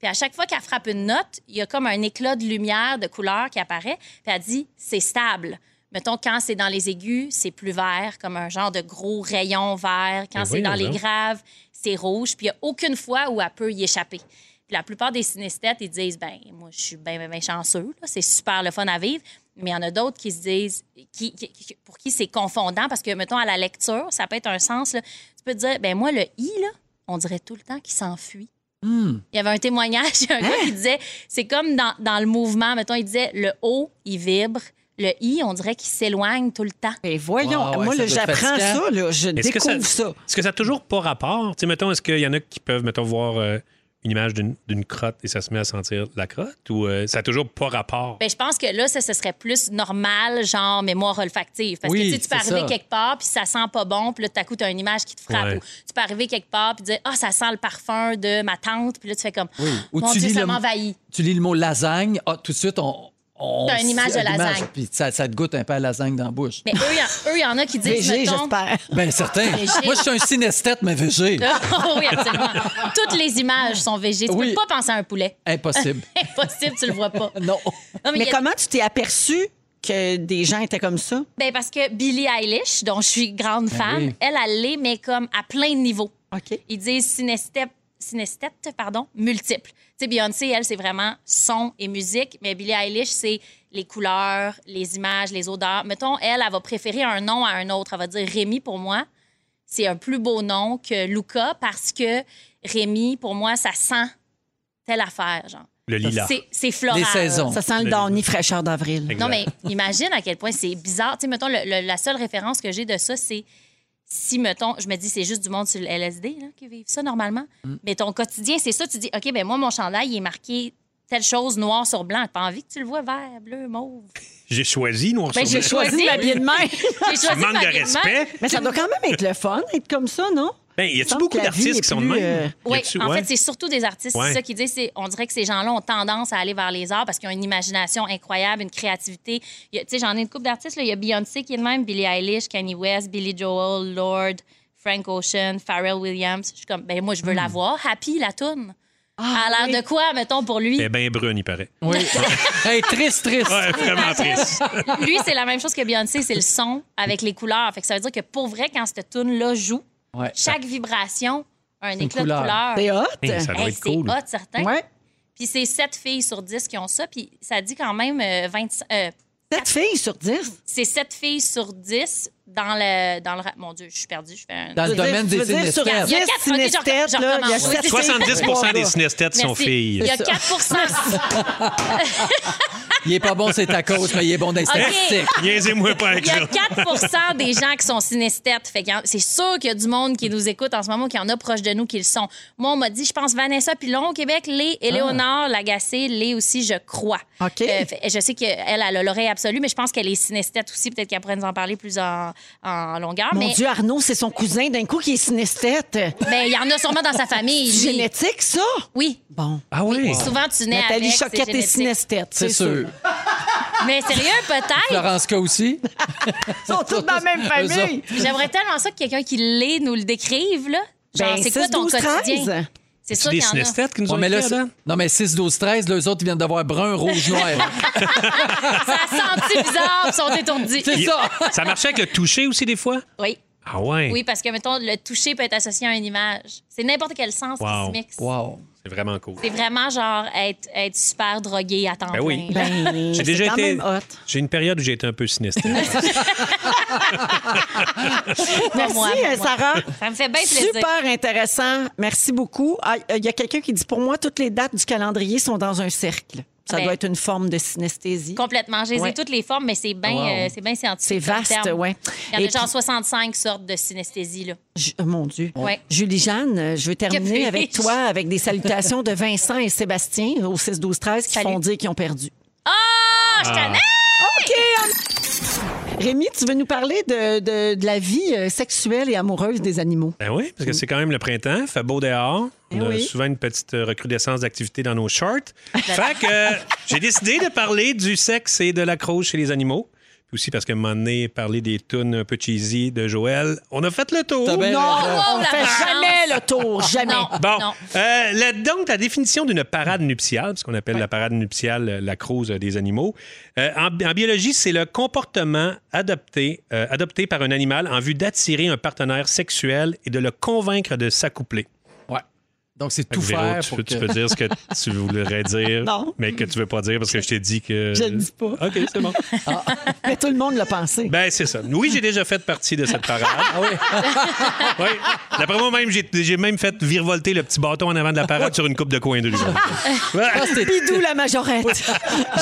Speaker 4: Puis à chaque fois qu'elle frappe une note, il y a comme un éclat de lumière, de couleur qui apparaît. Puis elle dit, c'est stable. Mettons, quand c'est dans les aigus, c'est plus vert, comme un genre de gros rayon vert. Quand
Speaker 2: Ben
Speaker 4: c'est dans
Speaker 2: voyons
Speaker 4: les
Speaker 2: donc.
Speaker 4: graves, c'est rouge. Puis il n'y a aucune fois où elle peut y échapper. Puis la plupart des synesthètes, ils disent, ben moi, je suis bien, bien, bien chanceux. là. C'est super le fun à vivre. Mais il y en a d'autres qui se disent, qui, qui- qui- pour qui c'est confondant parce que, mettons, à la lecture, ça peut être un sens. là. Tu peux te dire, ben moi, le i, là, on dirait tout le temps qu'il s'enfuit. Il y avait un témoignage, il y a un gars qui disait, c'est comme dans, dans le mouvement, mettons, il disait, le O, il vibre, le I, on dirait qu'il s'éloigne tout le temps.
Speaker 1: Mais voyons,
Speaker 3: Wow, ouais,
Speaker 1: moi, là,
Speaker 3: ça doit être
Speaker 1: j'apprends
Speaker 3: fatigant.
Speaker 1: ça, là, je
Speaker 2: Est-ce que
Speaker 1: découvre ça.
Speaker 2: Est-ce que ça n'a toujours pas rapport? Tu sais, mettons, est-ce qu'il y en a qui peuvent, mettons, voir euh, une image d'une d'une crotte et ça se met à sentir la crotte? Ou euh, ça n'a toujours pas rapport?
Speaker 4: Ben, je pense que là, ça, ce serait plus normal, genre mémoire olfactive. Parce
Speaker 3: Oui,
Speaker 4: que tu sais, tu peux
Speaker 3: c'est
Speaker 4: arriver
Speaker 3: ça.
Speaker 4: quelque part, puis ça sent pas bon, puis là, tout à coup, tu as une image qui te frappe.
Speaker 2: Ouais.
Speaker 4: Ou tu peux arriver quelque part, puis dire, ah, ça sent le parfum de ma tante, puis là, tu fais comme,
Speaker 3: Oui. Ou
Speaker 4: mon
Speaker 3: tu
Speaker 4: Dieu,
Speaker 3: lis
Speaker 4: ça
Speaker 3: le-
Speaker 4: m'envahit.
Speaker 3: Tu lis le mot lasagne, ah, tout de suite, on, on on-
Speaker 4: T'as une image de
Speaker 3: l'image,
Speaker 4: lasagne.
Speaker 3: Puis ça, ça te goûte un peu à lasagne dans la bouche.
Speaker 4: Mais eux, il y en- eux, il y en a qui disent,
Speaker 1: VG,
Speaker 4: mettons...
Speaker 1: j'espère.
Speaker 3: Ben certain.
Speaker 4: Végé.
Speaker 3: Moi, je suis un synesthète, mais végé.
Speaker 4: Oh oui, absolument. Toutes les images sont végé. Tu
Speaker 3: Oui.
Speaker 4: peux pas penser à un poulet.
Speaker 3: Impossible.
Speaker 4: Impossible, tu le vois pas.
Speaker 3: Non.
Speaker 4: Non, mais il
Speaker 1: Mais
Speaker 4: y a-
Speaker 1: comment tu t'es aperçu que des gens étaient comme ça?
Speaker 4: ben, parce que Billie Eilish, dont je suis grande fan,
Speaker 3: Ben oui.
Speaker 4: elle, elle l'est, mais comme à plein de niveaux.
Speaker 1: OK.
Speaker 4: Ils disent synesthète, synesthète pardon, multiple. Tu sais, Beyoncé, elle, c'est vraiment son et musique, mais Billie Eilish, c'est les couleurs, les images, les odeurs. Mettons, elle, elle va préférer un nom à un autre. Elle va dire Rémi pour moi. C'est un plus beau nom que Luca parce que Rémi, pour moi, ça sent telle affaire, genre.
Speaker 2: Le lilas.
Speaker 4: C'est- C'est floral.
Speaker 3: Les saisons.
Speaker 1: Ça sent le Downy fraîcheur d'avril.
Speaker 2: Exact.
Speaker 4: Non, mais imagine à quel point c'est bizarre. Tu sais, mettons, le- le- la seule référence que j'ai de ça, c'est si, mettons, je me dis, c'est juste du monde sur le LSD là, qui vivent ça normalement.
Speaker 2: Mm.
Speaker 4: Mais ton quotidien, c'est ça. Tu dis, OK, ben moi, mon chandail, il est marqué telle chose noir sur blanc. Pas envie que tu le vois vert, bleu, mauve.
Speaker 2: J'ai choisi noir
Speaker 4: Ben,
Speaker 2: sur
Speaker 4: j'ai
Speaker 2: blanc.
Speaker 4: choisi.
Speaker 1: Choisis ma bien de main.
Speaker 4: J'ai choisi
Speaker 2: Manque de
Speaker 4: ma vêtement.
Speaker 2: respect.
Speaker 1: Mais ça doit quand même être le fun, être comme ça, non?
Speaker 2: Ben, y a-tu
Speaker 1: semble
Speaker 2: beaucoup
Speaker 1: que la vie
Speaker 2: d'artistes
Speaker 1: est
Speaker 2: qui sont de
Speaker 1: plus, euh,
Speaker 2: même? Y
Speaker 4: Oui,
Speaker 2: a-tu-
Speaker 4: en
Speaker 2: ouais?
Speaker 4: fait, c'est surtout des artistes.
Speaker 2: Ouais.
Speaker 4: C'est ça qu'ils disent. c'est- On dirait que ces gens-là ont tendance à aller vers les arts parce qu'ils ont une imagination incroyable, une créativité. Il y a- Tu sais, j'en ai une couple d'artistes. là. Il y a Beyoncé qui est de même, Billie Eilish, Kanye West, Billy Joel, Lord, Frank Ocean, Pharrell Williams. Je suis comme, ben moi, je veux la
Speaker 2: Hmm.
Speaker 4: voir. Happy, la toune. à l'air de quoi, mettons, pour lui?
Speaker 2: Elle est bien brune, Eh ben, il paraît.
Speaker 3: Oui. hey, triste, triste.
Speaker 2: Ouais, vraiment triste.
Speaker 4: Lui, c'est la même chose que Beyoncé, c'est le son avec les couleurs. Fait que ça veut dire que pour vrai, quand cette toune-là joue,
Speaker 3: Ouais.
Speaker 4: chaque vibration a un
Speaker 3: une
Speaker 4: éclat
Speaker 3: couleur.
Speaker 4: de couleur.
Speaker 1: C'est hot.
Speaker 2: Hey, ça doit
Speaker 4: Hey,
Speaker 2: être
Speaker 4: c'est
Speaker 2: cool.
Speaker 4: hot, certain.
Speaker 1: Ouais.
Speaker 4: Puis c'est 7 filles sur 10 qui ont ça. Puis ça dit quand même euh, 25. euh,
Speaker 1: 7 filles sur 10.
Speaker 4: c'est 7 filles sur 10 dans le. Dans le ra- Mon Dieu, je suis perdue. Je fais un.
Speaker 3: Dans le domaine des
Speaker 1: sur
Speaker 3: synesthètes.
Speaker 4: Il y a quatre- ok, je
Speaker 1: synesthètes,
Speaker 4: recommence,
Speaker 1: là, il y a
Speaker 4: je recommence.
Speaker 1: sept
Speaker 2: 70 des synesthètes
Speaker 4: Merci.
Speaker 2: sont filles.
Speaker 4: Il y a 4
Speaker 3: Il est pas bon, c'est ta cause, mais il est bon dans les statistiques.
Speaker 2: Niaisez-moi pas avec
Speaker 4: Il y a
Speaker 2: ça.
Speaker 4: 4 des gens qui sont synesthètes. Fait que hein, c'est sûr qu'il y a du monde qui nous écoute en ce moment, qui en a proche de nous, qui le sont. Moi, on m'a dit, je pense Vanessa Pilon au Québec, les Éléonore Lagacé, les aussi, je crois.
Speaker 1: Ah. OK.
Speaker 4: Euh, fait- je sais qu'elle, elle a l'oreille absolue, mais je pense qu'elle est synesthète aussi. Peut-être qu'elle pourrait nous en parler plus en, en longueur.
Speaker 1: Mon
Speaker 4: mais
Speaker 1: Dieu, Arnaud, c'est son cousin d'un coup qui est synesthète.
Speaker 4: mais il y en a sûrement dans sa famille. lui.
Speaker 1: Génétique, ça?
Speaker 4: Oui.
Speaker 1: Bon.
Speaker 2: Ah oui?
Speaker 4: Souvent, tu nais
Speaker 1: Nathalie
Speaker 4: avec, c'est
Speaker 1: Choquette est
Speaker 4: génétique.
Speaker 1: synesthète,
Speaker 3: C'est sûr.
Speaker 4: Mais sérieux, peut-être.
Speaker 3: Florence K aussi.
Speaker 1: Ils sont tous dans la même famille.
Speaker 4: J'aimerais tellement ça que quelqu'un qui l'est nous le décrive, là. Genre,
Speaker 1: Ben,
Speaker 4: c'est quoi
Speaker 1: 6,
Speaker 4: ton
Speaker 1: 12,
Speaker 4: quotidien?
Speaker 1: 13.
Speaker 4: C'est
Speaker 2: C'est
Speaker 4: sûr
Speaker 2: des
Speaker 4: qu'il y en a.
Speaker 2: synesthètes qui nous
Speaker 3: On
Speaker 2: ont
Speaker 3: met là,
Speaker 2: écrit, Adam?
Speaker 3: non, mais 6, 12, 13, les autres, ils viennent d'avoir brun, rouge, noir.
Speaker 4: Ça a senti bizarre, ils sont étourdis.
Speaker 3: C'est ça.
Speaker 2: Ça marchait avec le toucher aussi, des fois?
Speaker 4: Oui.
Speaker 2: Ah ouais?
Speaker 4: Oui, parce que, mettons, le toucher peut être associé à une image. C'est n'importe quel sens
Speaker 2: Wow.
Speaker 4: qui se mixe.
Speaker 3: Wow.
Speaker 2: C'est vraiment cool.
Speaker 4: C'est vraiment genre être, être super drogué à temps
Speaker 2: Ben
Speaker 4: plein.
Speaker 2: oui.
Speaker 4: là.
Speaker 1: Ben,
Speaker 2: J'ai
Speaker 1: c'est
Speaker 2: déjà
Speaker 1: quand
Speaker 2: été.
Speaker 1: même hot.
Speaker 2: J'ai une période où j'ai été un peu synesthète.
Speaker 4: Pas
Speaker 1: Merci,
Speaker 4: moi, pas moi.
Speaker 1: euh, Sarah.
Speaker 4: Ça me fait bien Ben, plaisir.
Speaker 1: Super intéressant. Merci beaucoup. Ah, euh, Il y a quelqu'un qui dit pour moi, toutes les dates du calendrier sont dans un cercle. Ça
Speaker 4: Ben.
Speaker 1: doit être une forme de synesthésie.
Speaker 4: Complètement. J'ai
Speaker 1: Ouais.
Speaker 4: toutes les formes, mais c'est bien
Speaker 2: Ah,
Speaker 3: Wow.
Speaker 4: euh, c'est bien scientifique.
Speaker 1: C'est
Speaker 4: comme
Speaker 1: vaste,
Speaker 4: terme.
Speaker 1: oui.
Speaker 4: Il y en a genre 65 sortes de synesthésie. Là.
Speaker 1: Ju- euh, mon Dieu.
Speaker 4: Ouais.
Speaker 1: Julie-Jeanne, euh, je veux terminer
Speaker 4: Que
Speaker 1: avec
Speaker 4: puis-je?
Speaker 1: toi avec des salutations de Vincent et Sébastien au 6-12-13 qui
Speaker 4: Salut.
Speaker 1: font dire qu'ils ont perdu.
Speaker 4: Ah, je t'en ai!
Speaker 1: Rémi, tu veux nous parler de, de- de la vie euh, sexuelle et amoureuse des animaux.
Speaker 2: ben oui, parce que c'est quand même le printemps, fait beau dehors. On
Speaker 1: Eh
Speaker 2: a
Speaker 1: oui.
Speaker 2: souvent une petite euh, recrudescence d'activité dans nos shorts. fait que euh, j'ai décidé de parler du sexe et de l'accroche chez les animaux. Puis aussi parce que un moment donné, parler des tunes un peu cheesy de Joël. On a fait le tour.
Speaker 3: T'as bien raison.
Speaker 4: Oh, wow,
Speaker 1: Euh, on
Speaker 4: la
Speaker 1: fait
Speaker 4: chance.
Speaker 1: jamais le tour, jamais.
Speaker 4: Non.
Speaker 2: Bon,
Speaker 4: Non.
Speaker 2: Euh, la- donc la définition d'une parade nuptiale, ce qu'on appelle la parade nuptiale, euh, la crouse euh, des animaux, euh, en, bi- en biologie, c'est le comportement adopté, euh, adopté par un animal en vue d'attirer un partenaire sexuel et de le convaincre de s'accoupler.
Speaker 3: Ouais. Donc, c'est
Speaker 2: Fait que,
Speaker 3: tout
Speaker 2: Véro,
Speaker 3: faire
Speaker 2: tu,
Speaker 3: pour
Speaker 2: peux-
Speaker 3: que...
Speaker 2: tu peux dire ce que tu voudrais dire,
Speaker 1: Non.
Speaker 2: mais que tu veux pas dire parce que je t'ai dit que...
Speaker 1: Je le dis pas.
Speaker 2: OK, c'est bon.
Speaker 1: Mais tout le monde l'a pensé.
Speaker 2: Ben, c'est ça. Oui, j'ai déjà fait partie de cette parade.
Speaker 3: Ah
Speaker 2: oui. D'après moi, même, j'ai j'ai même fait virevolter le petit bâton en avant de la parade sur une coupe de coin de rue. Ouais.
Speaker 1: Bidou la majorette.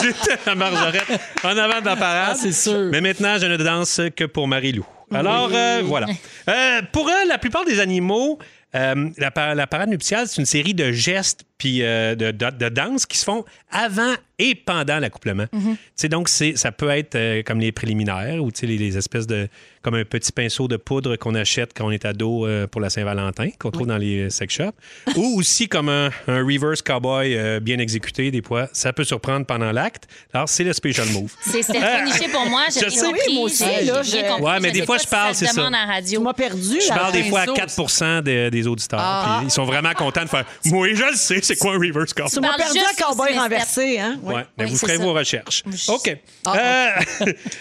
Speaker 2: J'étais à Marjorette en avant de la parade.
Speaker 3: Ah, c'est sûr.
Speaker 2: Mais maintenant, je ne danse que pour Marie-Lou. Alors, euh, voilà. Euh, pour euh, la plupart des animaux, euh, la, pa- la parade nuptiale, c'est une série de gestes puis euh, de, de- de danse qui se font avant et pendant l'accouplement. Tu sais, Donc, c'est- ça peut être euh, comme les préliminaires ou tu sais, les, les espèces de. comme un petit pinceau de poudre qu'on achète quand on est ado euh, pour la Saint-Valentin, qu'on trouve dans les euh, sex shops. ou aussi comme un, un reverse cowboy euh, bien exécuté, des fois. Ça peut surprendre pendant l'acte. Alors, c'est le special move.
Speaker 4: C'est- C'était trop niché pour moi. J'ai
Speaker 2: Je
Speaker 4: bien
Speaker 2: sais.
Speaker 4: compris.
Speaker 1: Oui, moi aussi,
Speaker 4: j'ai-
Speaker 1: là,
Speaker 4: j'ai
Speaker 1: je-
Speaker 4: compris.
Speaker 2: Ouais, mais
Speaker 4: Je
Speaker 2: des
Speaker 4: sais
Speaker 2: fois,
Speaker 4: pas
Speaker 2: je
Speaker 4: si
Speaker 2: parle,
Speaker 4: se
Speaker 2: c'est ça.
Speaker 4: demande en
Speaker 1: Tu m'as
Speaker 4: radio.
Speaker 1: perdu.
Speaker 2: Je
Speaker 1: là.
Speaker 2: parle des fois à
Speaker 3: pinceau.
Speaker 2: 4 des, des auditeurs.
Speaker 3: Ah.
Speaker 2: puis ils sont vraiment contents de faire. Oui, je le sais, c'est quoi un reverse cowboy?
Speaker 1: Tu m'as
Speaker 4: parles
Speaker 1: perdu
Speaker 4: juste
Speaker 1: à
Speaker 4: aussi
Speaker 1: cowboy
Speaker 4: des
Speaker 1: renversé, hein?
Speaker 2: Ouais,
Speaker 1: Ouais.
Speaker 2: mais
Speaker 4: Oui,
Speaker 2: vous
Speaker 4: c'est
Speaker 2: ferez
Speaker 4: ça.
Speaker 2: vos recherches.
Speaker 4: Je-
Speaker 2: OK. Euh,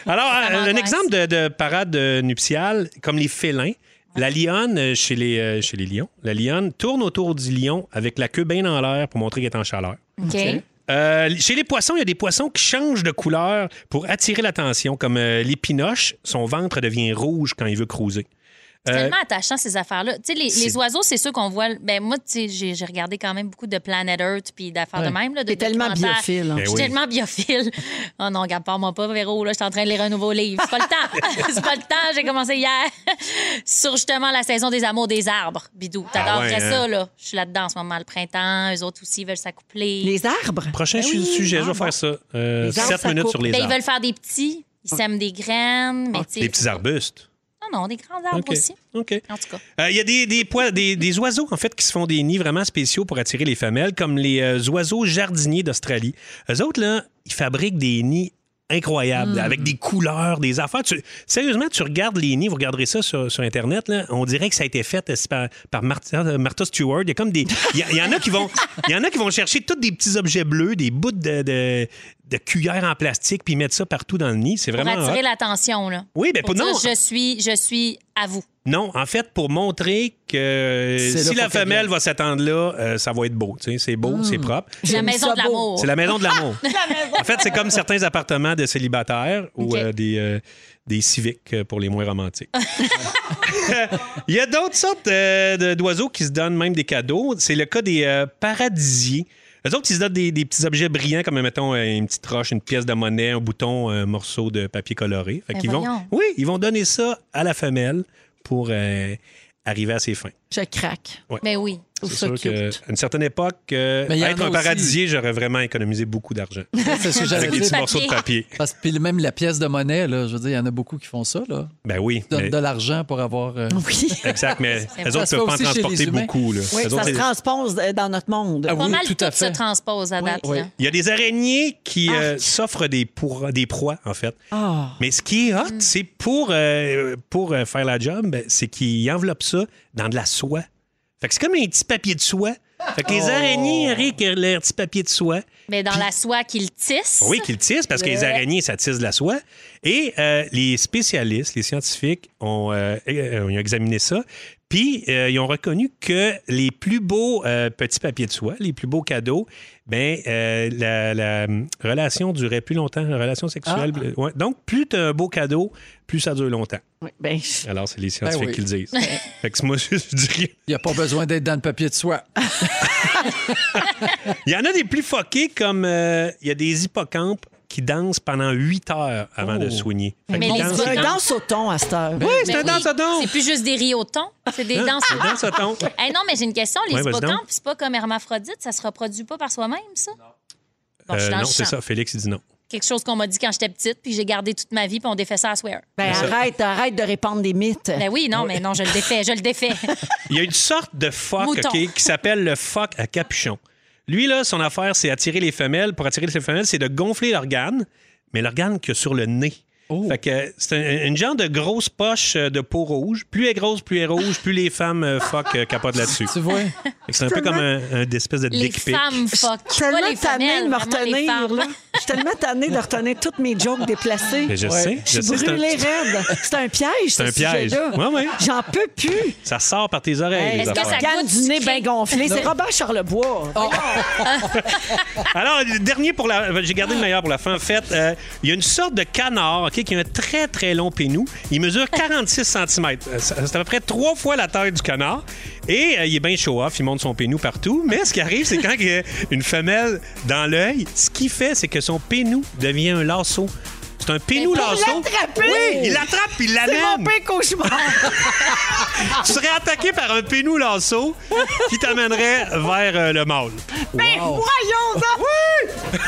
Speaker 2: alors,
Speaker 4: Ça
Speaker 2: un,
Speaker 4: m'angoisse.
Speaker 2: exemple de, de parade euh, nuptiale, comme les félins, la lionne euh, chez les, euh, chez les lions, la lionne tourne autour du lion avec la queue bien en l'air pour montrer qu'elle est en chaleur.
Speaker 4: OK.
Speaker 2: Euh, chez les poissons, il y a des poissons qui changent de couleur pour attirer l'attention, comme euh, l'épinoche, son ventre devient rouge quand il veut cruiser.
Speaker 4: C'est
Speaker 2: Euh,
Speaker 4: tellement attachant, ces affaires-là. Tu sais, les,
Speaker 2: c'est-
Speaker 4: les oiseaux, c'est ceux qu'on voit. Ben, moi, tu sais, j'ai j'ai regardé quand même beaucoup de Planet Earth puis d'affaires de même. Là, de
Speaker 1: T'es tellement
Speaker 4: documentaires.
Speaker 1: biophile. hein.
Speaker 2: Ben
Speaker 4: Je suis
Speaker 2: oui.
Speaker 4: tellement biophile. Oh non, regarde, parle-moi pas, Véro. Là, je suis en train de lire un nouveau livre. C'est pas le temps. C'est pas le temps. J'ai commencé hier sur justement la saison des amours des arbres. Bidou, t'adorerais
Speaker 2: ouais, hein?
Speaker 4: ça, là. Je suis là-dedans en ce moment, le printemps. Eux autres aussi veulent s'accoupler.
Speaker 1: Les arbres? Ben
Speaker 2: Prochain su- sujet, je vais faire ça. Euh,
Speaker 1: Les arbres,
Speaker 2: sept
Speaker 1: ça
Speaker 2: minutes
Speaker 1: coupe.
Speaker 2: sur les
Speaker 4: Ben, ils
Speaker 2: arbres. Ah.
Speaker 4: veulent faire des petits.
Speaker 1: Ah.
Speaker 4: Ils sèment des graines. Mais, tu sais,
Speaker 2: Des petits arbustes.
Speaker 4: Non, non, des grands arbres
Speaker 2: OK.
Speaker 4: aussi.
Speaker 2: OK.
Speaker 4: En tout cas.
Speaker 2: Euh, Il y a des, des, pois- des, des oiseaux, en fait, qui se font des nids vraiment spéciaux pour attirer les femelles, comme les euh, oiseaux jardiniers d'Australie. Eux autres, là, ils fabriquent des nids incroyables,
Speaker 4: Hmm.
Speaker 2: avec des couleurs, des affaires. Tu- sérieusement, tu regardes les nids, vous regarderez ça sur, sur Internet, là, on dirait que ça a été fait euh, c'est par, par Martha, euh, Martha Stewart. Il y a comme des... Il y, a- il y en a qui vont... Il y en a qui vont chercher tous des petits objets bleus, des bouts de... de de cuillères en plastique, puis ils mettent ça partout dans le nid. C'est
Speaker 4: Pour
Speaker 2: vraiment... hein.
Speaker 4: attirer
Speaker 2: hot.
Speaker 4: l'attention, là.
Speaker 2: Oui, ben,
Speaker 4: Pour
Speaker 2: pour,
Speaker 4: dire,
Speaker 2: non,
Speaker 4: je suis, je suis à vous.
Speaker 2: non, en fait, pour montrer que
Speaker 3: C'est là
Speaker 2: si
Speaker 3: pour
Speaker 2: la
Speaker 3: qu'elle
Speaker 2: femelle va s'attendre là, euh, ça va être beau. tu sais, C'est beau, c'est propre.
Speaker 4: La
Speaker 1: J'aime
Speaker 4: maison
Speaker 1: ça
Speaker 4: de
Speaker 1: beau.
Speaker 4: l'amour.
Speaker 2: C'est la maison de l'amour. en fait, c'est comme certains appartements de célibataires ou
Speaker 4: Ok.
Speaker 2: euh, des, euh, des civiques euh, pour les moins romantiques. Il y a d'autres sortes euh, de- d'oiseaux qui se donnent même des cadeaux. C'est le cas des euh, paradisiers. Eux autres, ils se donnent des, des petits objets brillants, comme, mettons, euh, une petite roche, une pièce de monnaie, un bouton, un morceau de papier coloré. Fait
Speaker 4: Mais
Speaker 2: qu'ils vont,
Speaker 4: voyons.
Speaker 2: oui, ils vont donner ça à la femelle pour euh, arriver à ses fins.
Speaker 1: Je craque.
Speaker 4: Mais oui.
Speaker 1: Je trouve
Speaker 2: C'est
Speaker 1: ça
Speaker 2: sûr qu'à
Speaker 1: cute.
Speaker 2: une certaine époque, euh,
Speaker 3: Mais il y en
Speaker 2: être
Speaker 3: a
Speaker 2: un
Speaker 3: aussi.
Speaker 2: paradisier, j'aurais vraiment économisé beaucoup d'argent.
Speaker 3: C'est ce que j'allais
Speaker 2: Avec des
Speaker 3: dire.
Speaker 2: petits morceaux de papier.
Speaker 3: Parce que puis même la pièce de monnaie, là, je veux dire, il y en a beaucoup qui font ça. Là.
Speaker 2: Ben oui.
Speaker 3: Ils donnent
Speaker 2: mais-
Speaker 3: de l'argent pour avoir. euh,
Speaker 1: Oui.
Speaker 2: Exact, mais
Speaker 4: C'est
Speaker 2: les
Speaker 4: vrai.
Speaker 2: autres ne
Speaker 3: Ça se fait
Speaker 2: peuvent pas en
Speaker 3: aussi chez
Speaker 2: transporter
Speaker 3: les humains.
Speaker 2: beaucoup. Là. Eux
Speaker 1: Oui, ça
Speaker 2: autres,
Speaker 1: se
Speaker 2: c'est-
Speaker 1: transpose euh, dans notre monde.
Speaker 3: Ah
Speaker 4: Pas
Speaker 3: oui,
Speaker 4: mal
Speaker 3: tout
Speaker 4: tout,
Speaker 3: à
Speaker 4: se
Speaker 3: fait.
Speaker 4: transpose à
Speaker 1: Oui,
Speaker 4: date. hein.
Speaker 3: oui.
Speaker 4: là.
Speaker 2: Il y a des araignées qui euh,
Speaker 3: Ah.
Speaker 2: s'offrent des, pour- des proies, en fait.
Speaker 1: Ah.
Speaker 2: Mais ce qui est hot,
Speaker 3: Mm.
Speaker 2: c'est pour, euh, pour euh, faire la job, ben, c'est qu'ils enveloppent ça dans de la soie. Fait que c'est comme un petit papier de soie. Fait que les
Speaker 3: Oh.
Speaker 2: araignées arrivent avec leur petit papier de soie.
Speaker 4: Mais dans la soie qu'ils tissent.
Speaker 2: Ah Oui, qu'ils tissent, parce que les araignées, ça tisse de la soie. Et euh, les spécialistes, les scientifiques, ont, euh, euh, ils ont examiné ça. Puis, euh, ils ont reconnu que les plus beaux euh, petits papiers de soie, les plus beaux cadeaux, ben, euh, la, la, hum, relation durait plus longtemps, la relation sexuelle. euh,
Speaker 3: Ah.
Speaker 2: ouais. Donc, plus tu un beau cadeau, plus ça dure longtemps.
Speaker 1: Oui, ben, je-
Speaker 2: Alors, c'est les scientifiques
Speaker 3: oui.
Speaker 2: qui le disent. fait que moi, je dirais.
Speaker 3: Il n'y a pas besoin d'être dans le papier de soie.
Speaker 2: Il y en a des plus fuckés, comme euh, il y a des hippocampes qui dansent pendant 8 heures avant
Speaker 3: Oh.
Speaker 2: de soigner.
Speaker 4: Mais les
Speaker 1: C'est un danse au ton à cette heure.
Speaker 2: Ben Oui, c'est
Speaker 4: Euh, Mais
Speaker 2: un
Speaker 4: oui.
Speaker 2: danse à don.
Speaker 4: C'est plus juste des riotons, c'est des danses.
Speaker 2: Un danse à don.
Speaker 4: Hey, non, mais j'ai une question. Les
Speaker 2: Ah. Ouais, vas-y
Speaker 4: hippocampes,
Speaker 2: donc.
Speaker 4: c'est pas comme hermaphrodite, ça se reproduit pas par soi-même, ça? Bon, je suis
Speaker 2: Euh,
Speaker 4: dans le
Speaker 2: non, c'est
Speaker 4: champ.
Speaker 2: ça. Félix, il dit non.
Speaker 4: Quelque chose qu'on m'a dit quand j'étais petite, puis j'ai gardé toute ma vie, puis on défait ça à swear.
Speaker 1: Ben, arrête, arrête de répandre des mythes.
Speaker 4: Ben oui,
Speaker 2: Ah
Speaker 4: non, mais non, je le défais, je le défais.
Speaker 2: Il y a une sorte de phoque
Speaker 4: Mouton.
Speaker 2: OK, qui s'appelle le phoque à capuchon. Lui, là, son affaire, c'est attirer les femelles. Pour attirer les femelles, c'est de gonfler l'organe, mais l'organe qu'il y a sur le nez. Fait que c'est un- une genre de grosse poche euh, de peau rouge. Plus elle est grosse, plus elle est rouge, plus les femmes euh, fuck euh, capotent là-dessus.
Speaker 3: Tu vois?
Speaker 2: Fait que C'est un peu comme un, un espèce de
Speaker 4: les
Speaker 2: dick pic.
Speaker 4: femmes fuck.
Speaker 1: Je suis
Speaker 4: Pas
Speaker 1: tellement
Speaker 4: les
Speaker 1: tannée
Speaker 4: femelles,
Speaker 1: de me
Speaker 4: vraiment les
Speaker 1: retenir.
Speaker 4: femmes.
Speaker 1: là. Je suis tellement tannée de retenir toutes mes jokes déplacées.
Speaker 2: Mais je
Speaker 3: Ouais.
Speaker 2: sais,
Speaker 1: Je
Speaker 2: je sais,
Speaker 1: suis
Speaker 2: c'est un-
Speaker 1: brûlée raide. C'est un piège,
Speaker 2: c'est un piège. Ouais, ouais.
Speaker 1: J'en peux plus.
Speaker 2: Ça sort par tes oreilles. les
Speaker 4: Est-ce que
Speaker 2: affaires.
Speaker 4: ça
Speaker 1: Gagne
Speaker 4: goûte
Speaker 1: du nez
Speaker 4: sucré? Oh.
Speaker 1: bien gonflé. C'est Robert Charlebois.
Speaker 2: Alors, le dernier pour la. J'ai gardé le meilleur pour la fin. En fait, euh, il y a une sorte de canard OK, qui a un très, très long pénou. Il mesure 46 cm. C'est à peu près trois fois la taille du canard. Et euh, il est bien show-off. Il monte son pénou partout. Mais ce qui arrive, c'est quand il y a une femelle dans l'œil, ce qu'il fait, c'est que son pénou devient un lasso. C'est C'est un pinou
Speaker 4: Mais pour
Speaker 2: lasso.
Speaker 1: l'attraper!
Speaker 2: Oui, il l'attrape puis il
Speaker 1: C'est mon
Speaker 2: l'amène.
Speaker 1: pire cauchemar.
Speaker 2: Tu serais attaqué par un pinou lasso qui t'amènerait vers euh, le mâle.
Speaker 1: Mais voyons donc!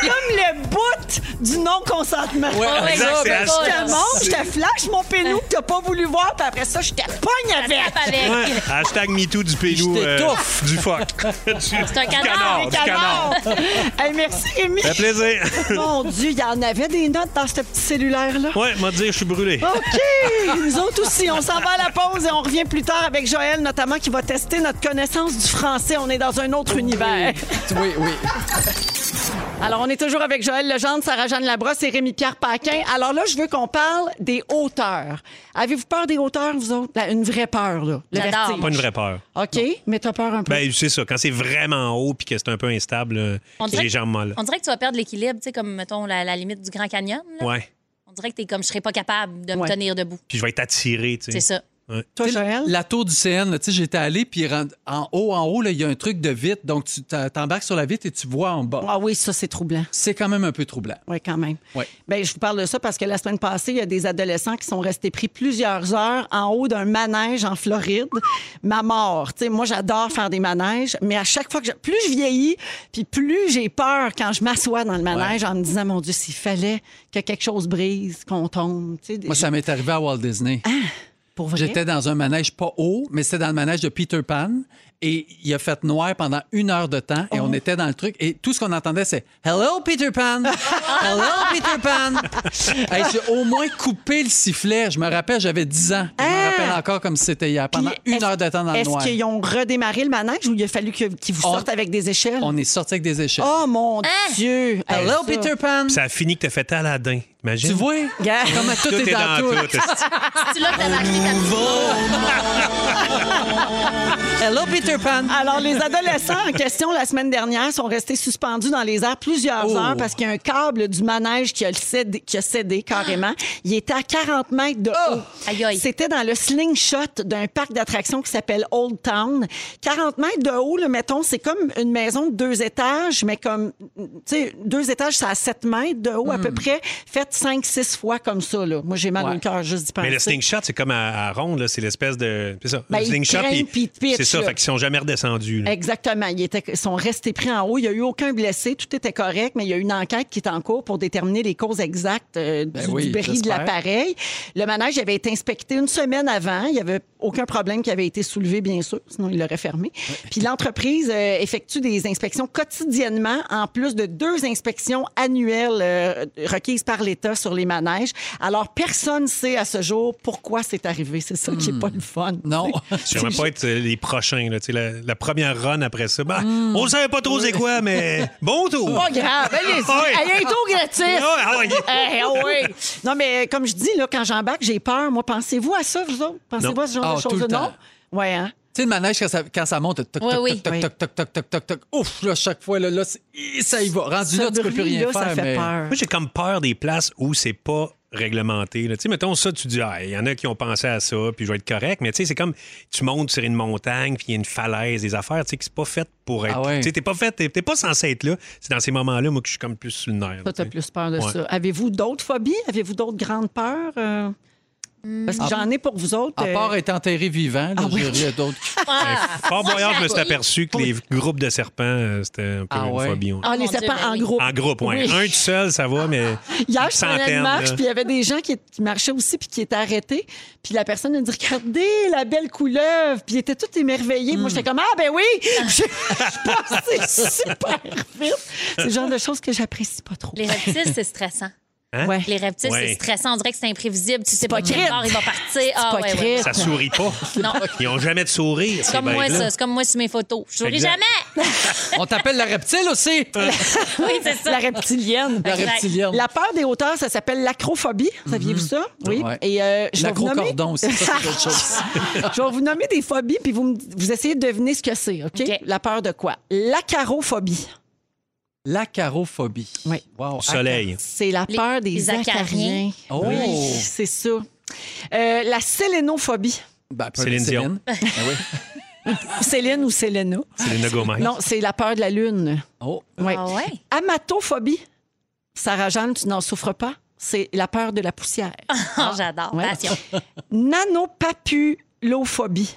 Speaker 1: Comme le bout du non-consentement.
Speaker 3: Ouais,
Speaker 4: Ah ouais,
Speaker 2: exact,
Speaker 4: ça,
Speaker 2: c'est
Speaker 4: ben
Speaker 2: assez-
Speaker 1: Je
Speaker 4: pas,
Speaker 1: te
Speaker 4: là.
Speaker 1: montre, je te flash mon pénou que t'as pas voulu voir, puis après ça, je te pogne avec.
Speaker 4: Tape avec.
Speaker 2: Ouais, hashtag MeToo du pinou.
Speaker 3: Je t'étouffe.
Speaker 2: du fuck. C'est
Speaker 4: un canard,
Speaker 2: Du canard.
Speaker 1: Hey, merci, Rémi.
Speaker 2: Ça fait plaisir.
Speaker 1: Mon Dieu, il y en avait des notes dans ce petit cellulaire-là.
Speaker 2: Ouais, m'a dire, je suis brûlé.
Speaker 1: OK! Nous autres aussi, on s'en va à la pause et on revient plus tard avec Joël, notamment, qui va tester notre connaissance du français. On est dans un autre univers.
Speaker 3: Oui, oui.
Speaker 1: Alors, on est toujours avec Joël Legendre, Sarah-Jeanne Labrosse et Rémi-Pierre Paquin. Alors là, je veux qu'on parle des hauteurs. Avez-vous peur des hauteurs, vous autres? Là, une vraie peur, là. Le
Speaker 4: J'adore.
Speaker 1: vertige.
Speaker 2: Pas une vraie peur.
Speaker 1: OK, mais t'as peur un peu.
Speaker 2: Ben, c'est ça. Quand c'est vraiment haut puis que c'est un peu instable, euh,
Speaker 4: On
Speaker 2: j'ai
Speaker 4: dirait-
Speaker 2: les jambes molles.
Speaker 4: On dirait que tu vas perdre l'équilibre, tu sais, comme, mettons, la, la limite du Grand Canyon. là.
Speaker 2: Ouais.
Speaker 4: On dirait que t'es comme, je serais pas capable de me
Speaker 1: Ouais.
Speaker 4: tenir debout.
Speaker 2: Puis je vais être attiré, tu sais.
Speaker 4: C'est ça.
Speaker 1: Toi,
Speaker 3: Tu sais,
Speaker 1: Joël?
Speaker 3: La tour du CN, là, tu sais, j'étais allé, puis ren- en haut, en haut, là, il y a un truc de vitre. Donc, tu t'a- t'embarques sur la vitre et tu vois en bas.
Speaker 1: Ah oui, ça, c'est troublant.
Speaker 3: C'est quand même un peu troublant.
Speaker 1: Oui, quand même.
Speaker 3: Ouais.
Speaker 1: Ben, je vous parle de ça parce que la semaine passée, il y a des adolescents qui sont restés pris plusieurs heures en haut d'un manège en Floride. Ma mort. Tu sais, moi, j'adore faire des manèges, mais à chaque fois que je... Plus je vieillis, puis plus j'ai peur quand je m'assois dans le manège en me disant, mon Dieu, s'il fallait que quelque chose brise, qu'on tombe. Tu sais, des-
Speaker 3: Moi, ça m'est arrivé à Walt Disney.
Speaker 1: Pour vrai.
Speaker 3: J'étais dans un manège pas haut, mais c'était dans le manège de Peter Pan. Et il a fait noir pendant une heure de temps.
Speaker 1: Oh.
Speaker 3: Et on était dans le truc. Et tout ce qu'on entendait, c'est Hello, Peter Pan! Hello, Peter Pan! Hey, J'ai au moins coupé le sifflet. Je me rappelle, j'avais 10 ans. Je me
Speaker 1: Ah!
Speaker 3: rappelle encore comme si c'était hier. Pendant
Speaker 1: Puis
Speaker 3: une
Speaker 1: est-ce-
Speaker 3: heure de temps dans le noir.
Speaker 1: Est-ce qu'ils ont redémarré le manège ou il a fallu que- qu'ils vous
Speaker 3: On-
Speaker 1: sortent avec des échelles?
Speaker 3: On est sorti avec des échelles.
Speaker 1: Oh mon Dieu! Hey,
Speaker 3: Hello,
Speaker 1: ça-
Speaker 3: Peter Pan!
Speaker 2: Ça a fini que t'as fait Aladdin. Imagine.
Speaker 3: Tu vois?
Speaker 1: Gars.
Speaker 3: Comment tout, est dans, tout.
Speaker 4: C'est là que t'as marqué ta petite
Speaker 3: Hello, Peter Pan!
Speaker 1: Alors, les adolescents en question la semaine dernière sont restés suspendus dans les airs plusieurs
Speaker 3: Oh.
Speaker 1: heures parce qu'il y a un câble du manège qui a, le cédé, qui a cédé carrément. Il était à 40 mètres de haut.
Speaker 4: Aïe, aïe.
Speaker 1: C'était dans le slingshot d'un parc d'attractions qui s'appelle Old Town. 40 mètres de haut, le mettons, c'est comme une maison de deux étages, mais comme, tu sais, deux étages, c'est à 7 mètres de haut à peu près. Faites 5-6 fois comme ça, là. Moi, j'ai mal
Speaker 3: Ouais.
Speaker 1: au cœur juste d'y penser.
Speaker 2: Mais le slingshot, c'est comme à, à ronde, là, c'est l'espèce de. C'est ça.
Speaker 1: Ben,
Speaker 2: le
Speaker 1: il
Speaker 2: slingshot,
Speaker 1: traîne
Speaker 2: il-
Speaker 1: puis il pitch,
Speaker 2: c'est ça.
Speaker 1: là.
Speaker 2: Fait qu'ils sont jamais redescendus. là.
Speaker 1: Exactement. Ils, étaient, ils sont restés pris en haut. Il n'y a eu aucun blessé. Tout était correct, mais il y a eu une enquête qui est en cours pour déterminer les causes exactes euh, du,
Speaker 3: Ben oui,
Speaker 1: du bris de
Speaker 3: j'espère.
Speaker 1: l'appareil. Le manège avait été inspecté une semaine avant. Il n'y avait aucun problème qui avait été soulevé, bien sûr, sinon il l'aurait fermé. Puis l'entreprise euh, effectue des inspections quotidiennement, en plus de deux inspections annuelles euh, requises par l'État sur les manèges. Alors, personne ne sait à ce jour pourquoi c'est arrivé. C'est ça qui n'est pas le fun.
Speaker 3: Hmm. Non.
Speaker 2: Je ne pas être euh, les prochains. Là, Tu sais, la, la première run après ça. Ben, On ne savait pas trop c'est quoi, mais bon tour.
Speaker 1: Hmm. Pas grave. Allez-y.
Speaker 2: Ah oui.
Speaker 1: Allez, un tour gratis.
Speaker 2: Ah oui.
Speaker 1: Eh, ah oui. Non, mais euh, comme je dis, là, quand j'embarque, j'ai peur. Moi, pensez-vous à ça, vous autres? Pensez-vous
Speaker 2: Non.
Speaker 1: à ce genre
Speaker 3: Ah,
Speaker 1: de
Speaker 3: tout
Speaker 1: choses?
Speaker 3: le
Speaker 1: Non?
Speaker 3: temps.
Speaker 1: Oui, hein?
Speaker 3: Tu sais, le manège, quand ça, quand ça monte, toc, toc,
Speaker 4: Oui,
Speaker 3: toc,
Speaker 4: oui.
Speaker 3: toc,
Speaker 1: Oui.
Speaker 3: toc, toc, toc, toc, toc, toc, ouf, là, chaque fois, là, là, c'est- hi, ça y va. Rendu là, tu peux plus rien
Speaker 1: bruit-là,
Speaker 3: faire.
Speaker 1: ça fait
Speaker 3: mais-
Speaker 1: peur.
Speaker 2: Moi, j'ai comme peur des places où c'est pas réglementé. là. Tu sais, mettons ça, tu dis, ah, il y en a qui ont pensé à ça, puis je vais être correct, mais tu sais, c'est comme tu montes sur une montagne, puis il y a une falaise, des affaires, tu sais, qui c'est pas fait pour être.
Speaker 3: Ah ouais.
Speaker 2: Tu sais, t'es pas fait, t'es t'es pas censé être là. C'est dans ces moments-là, moi, que je suis comme plus sur le nerf.
Speaker 1: Toi,
Speaker 2: tu
Speaker 1: t'as
Speaker 2: sais.
Speaker 1: plus peur de
Speaker 2: Ouais.
Speaker 1: ça. Avez-vous d'autres phobies? Avez-vous d'autres grandes peurs? euh?
Speaker 4: Hmm.
Speaker 1: Parce que j'en ai pour vous autres.
Speaker 3: À
Speaker 1: euh,
Speaker 4: Oh
Speaker 3: part être enterré vivant, là,
Speaker 1: Ah oui.
Speaker 3: je dirais d'autres.
Speaker 4: Ah,
Speaker 2: Fort
Speaker 4: ça,
Speaker 2: Boyard, je me
Speaker 4: j'ai
Speaker 2: suis aperçu que les groupes de serpents, euh, c'était un peu
Speaker 3: Ah
Speaker 2: une
Speaker 3: ouais.
Speaker 2: phobie. ouais.
Speaker 1: Ah, les
Speaker 4: Mon Dieu,
Speaker 1: serpents
Speaker 4: ben
Speaker 1: en
Speaker 4: oui.
Speaker 1: groupe.
Speaker 2: En groupe, ouais.
Speaker 1: Oui.
Speaker 2: Un tout seul, ça va, mais.
Speaker 1: Hier,
Speaker 2: une
Speaker 1: je prenais
Speaker 2: centaine,
Speaker 1: une marche,
Speaker 2: là.
Speaker 1: puis il y avait des gens qui, qui marchaient aussi, puis qui étaient arrêtés. Puis la personne a dit Regardez la belle couleuvre. Puis ils étaient tout émerveillés.
Speaker 3: Hmm.
Speaker 1: Moi, j'étais comme Ah, ben oui Je, je passais super vite. C'est le genre de choses que j'apprécie pas trop.
Speaker 4: Les reptiles, c'est stressant.
Speaker 2: Hein?
Speaker 1: Ouais.
Speaker 4: Les reptiles,
Speaker 2: Ouais.
Speaker 4: c'est stressant. On dirait que c'est imprévisible. Tu sais pas
Speaker 1: Hypocrite.
Speaker 4: quel bord il va partir. Ah, ouais,
Speaker 1: Hypocrite.
Speaker 4: ouais, ouais.
Speaker 2: Ça sourit pas.
Speaker 4: Non.
Speaker 2: Ils ont jamais de sourire.
Speaker 4: C'est
Speaker 2: ces
Speaker 4: comme moi,
Speaker 2: bêtes-là.
Speaker 4: ça. C'est comme moi sur mes photos. Je souris
Speaker 2: Exact.
Speaker 4: jamais.
Speaker 3: On t'appelle la reptile aussi.
Speaker 4: Oui, c'est ça.
Speaker 1: La reptilienne.
Speaker 3: la
Speaker 4: Exact.
Speaker 3: reptilienne.
Speaker 1: La peur des hauteurs, ça s'appelle l'acrophobie. Saviez-vous ça? Oui.
Speaker 3: Mhm. Ouais.
Speaker 1: Et euh, je vais vous nommer...
Speaker 3: L'acrocordon aussi, ça, c'est autre chose.
Speaker 1: Je vais vous nommer des phobies, puis vous, me- vous essayez de deviner ce que c'est, OK?
Speaker 4: OK.
Speaker 1: La peur de quoi? L'acarophobie.
Speaker 3: La carophobie.
Speaker 1: Oui.
Speaker 3: Wow.
Speaker 2: Soleil.
Speaker 1: C'est la
Speaker 4: Les-
Speaker 1: peur des
Speaker 4: les acariens.
Speaker 1: acariens.
Speaker 3: Oh.
Speaker 1: Oui, c'est ça. Euh, la sélénophobie.
Speaker 3: Ben,
Speaker 2: Céline Dion.
Speaker 3: Ah oui.
Speaker 1: Céline ou Séléna?
Speaker 2: C'est les nogomènes.
Speaker 1: Non, c'est la peur de la lune.
Speaker 3: Oh.
Speaker 1: Ouais.
Speaker 4: Ah ouais?
Speaker 1: Amatophobie. Sarah-Jeanne, tu n'en souffres pas? c'est la peur de la poussière.
Speaker 4: Ah, J'adore.
Speaker 1: Ouais.
Speaker 4: Passion.
Speaker 1: Nanopapulophobie.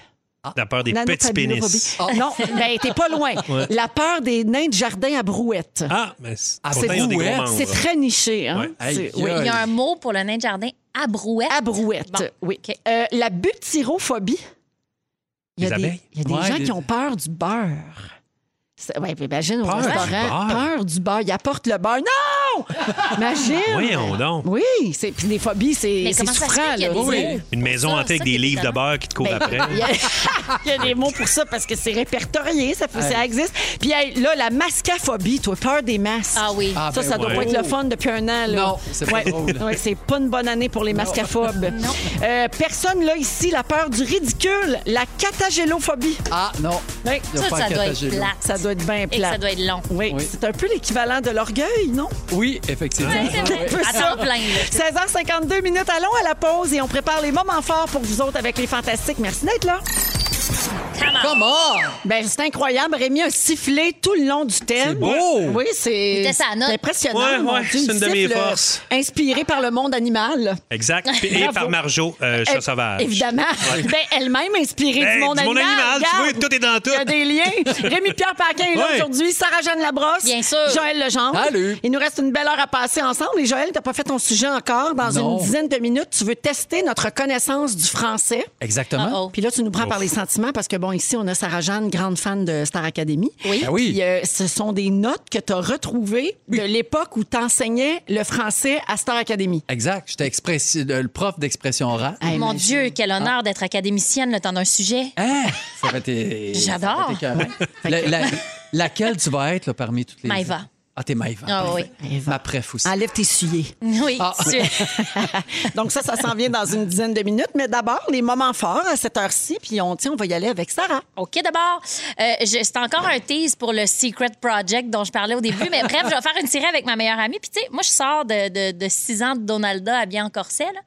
Speaker 2: La peur des petits
Speaker 1: Nanopapulophobie.
Speaker 2: pénis.
Speaker 1: Non, ben, t'es pas loin.
Speaker 2: Ouais.
Speaker 1: La peur des nains de jardin à brouette.
Speaker 2: Ah, mais c'est
Speaker 3: Ah,
Speaker 2: pourtant,
Speaker 3: c'est
Speaker 2: ils ont des
Speaker 3: vous,
Speaker 2: gros
Speaker 3: hein?
Speaker 2: membres.
Speaker 1: C'est très niché. Hein?
Speaker 2: Ouais.
Speaker 3: Aïe,
Speaker 1: C'est-
Speaker 3: aïe.
Speaker 1: oui.
Speaker 4: Il y a un mot pour le nain de jardin, abrouette.
Speaker 1: À brouette,
Speaker 4: Bon.
Speaker 1: oui.
Speaker 4: OK.
Speaker 1: Euh, la butyrophobie. Il y a
Speaker 2: Les
Speaker 1: des,
Speaker 2: abeilles?
Speaker 1: il y a des
Speaker 3: Ouais,
Speaker 1: gens
Speaker 3: des-
Speaker 1: qui ont peur du beurre. C'est- Ouais, puis imagine au
Speaker 2: Peur du
Speaker 1: restaurant,
Speaker 2: beurre.
Speaker 1: peur du beurre. Ils apportent le beurre. Non! Imagine!
Speaker 2: Voyons donc.
Speaker 1: Oui, c'est puis des phobies, c'est
Speaker 4: Mais
Speaker 1: c'est
Speaker 4: comment ça se
Speaker 1: souffrant.
Speaker 4: fait qu'il y a
Speaker 1: là.
Speaker 4: des
Speaker 1: Oui.
Speaker 4: ailes?
Speaker 2: Une maison
Speaker 4: Ça,
Speaker 2: hantée
Speaker 4: ça,
Speaker 2: avec des
Speaker 4: c'est
Speaker 2: livres de
Speaker 4: étonnant.
Speaker 2: beurre qui te courent après.
Speaker 1: Il y, a, il y a des mots pour ça parce que c'est répertorié, ça, fait- ça existe. Puis hey, là, la mascaphobie, toi, peur des masques.
Speaker 4: Ah oui.
Speaker 3: Ah,
Speaker 1: ça,
Speaker 3: ben
Speaker 1: ça doit
Speaker 2: ouais.
Speaker 1: pas être le fun depuis un an. Là.
Speaker 3: Non, c'est pas
Speaker 1: Ouais.
Speaker 3: drôle.
Speaker 1: Ouais, c'est pas une bonne année pour les mascaphobes. Euh, personne, là, ici, la peur du ridicule, la catagélophobie.
Speaker 3: Ah, non.
Speaker 1: Ouais,
Speaker 3: Il
Speaker 4: Ça,
Speaker 3: va
Speaker 4: ça
Speaker 3: faire
Speaker 4: doit être
Speaker 3: catagélo.
Speaker 4: plate.
Speaker 1: ça doit être bien
Speaker 4: Et que
Speaker 1: plat.
Speaker 4: ça doit être long.
Speaker 1: Oui,
Speaker 3: Oui.
Speaker 1: c'est un peu l'équivalent de l'orgueil, non?
Speaker 3: Oui, effectivement.
Speaker 1: Un peu
Speaker 4: À
Speaker 1: ça.
Speaker 4: temps plein, là.
Speaker 1: 16h52 minutes, allons à la pause et on prépare les moments forts pour vous autres avec les fantastiques. Merci d'être là.
Speaker 3: Comment?
Speaker 1: Ben, c'est incroyable. Rémi a sifflé tout le long du thème.
Speaker 2: C'est beau.
Speaker 1: Oui, c'est
Speaker 4: était sa note.
Speaker 1: c'est impressionnant.
Speaker 2: Ouais,
Speaker 1: mon
Speaker 2: ouais,
Speaker 1: Dieu,
Speaker 2: c'est
Speaker 1: il
Speaker 2: une de mes
Speaker 1: siffle,
Speaker 2: forces.
Speaker 1: euh, Inspiré par le monde animal.
Speaker 2: Exact. Puis- Et
Speaker 1: Bravo.
Speaker 2: par Marjo, euh,
Speaker 1: Euh,
Speaker 2: chat sauvage.
Speaker 1: Évidemment. Ben, elle-même inspirée
Speaker 2: Hey,
Speaker 1: du monde
Speaker 2: Ben, du monde
Speaker 1: animal.
Speaker 2: animal, tu
Speaker 1: Regarde,
Speaker 2: vois, tout est dans tout.
Speaker 1: Il y a des liens. Rémi-Pierre Paquin est là
Speaker 2: Ouais.
Speaker 1: aujourd'hui. Sarah-Jeanne Labrosse.
Speaker 4: Bien sûr.
Speaker 1: Joël Legendre.
Speaker 3: Salut.
Speaker 1: Il nous reste une belle heure à passer ensemble. Et Joël, t'as pas fait ton sujet encore. Dans
Speaker 3: Non.
Speaker 1: une dizaine de minutes, tu veux tester notre connaissance du français.
Speaker 3: Exactement.
Speaker 4: Uh-oh.
Speaker 1: Puis là, tu nous prends par les sentiments parce que, bon, ici, on a Sarah-Jeanne, grande fan de Star Academy.
Speaker 4: Oui.
Speaker 3: Ah oui.
Speaker 1: Puis, euh, ce sont des notes que tu as retrouvées de l'époque où tu enseignais le français à Star Academy.
Speaker 3: Exact. J'étais expressi- euh, le prof d'expression orale.
Speaker 1: Hey,
Speaker 4: Mon
Speaker 1: imagine.
Speaker 4: Dieu, quel honneur d'être académicienne le temps d'un sujet.
Speaker 3: Hein? Ça va être.
Speaker 4: J'adore.
Speaker 3: ça va être écœurant. La- la- laquelle tu vas être là, parmi toutes les.
Speaker 4: Maëva.
Speaker 3: Ah, t'es Maïva.
Speaker 4: Ah
Speaker 1: oui. Maïva.
Speaker 3: Ma préf aussi.
Speaker 1: Enlève tes souliers.
Speaker 4: Oui,
Speaker 3: Ah.
Speaker 4: tu-
Speaker 1: Donc ça, ça s'en vient dans une dizaine de minutes. Mais d'abord, les moments forts à cette heure-ci. Puis on, tiens, on va y aller avec Sarah.
Speaker 4: OK, d'abord, euh, je- c'est encore un tease pour le Secret Project dont je parlais au début. Mais bref, je vais faire une série avec ma meilleure amie. Puis, tu sais, moi, je sors de, de, de six ans de Donalda habillée en corset. Là.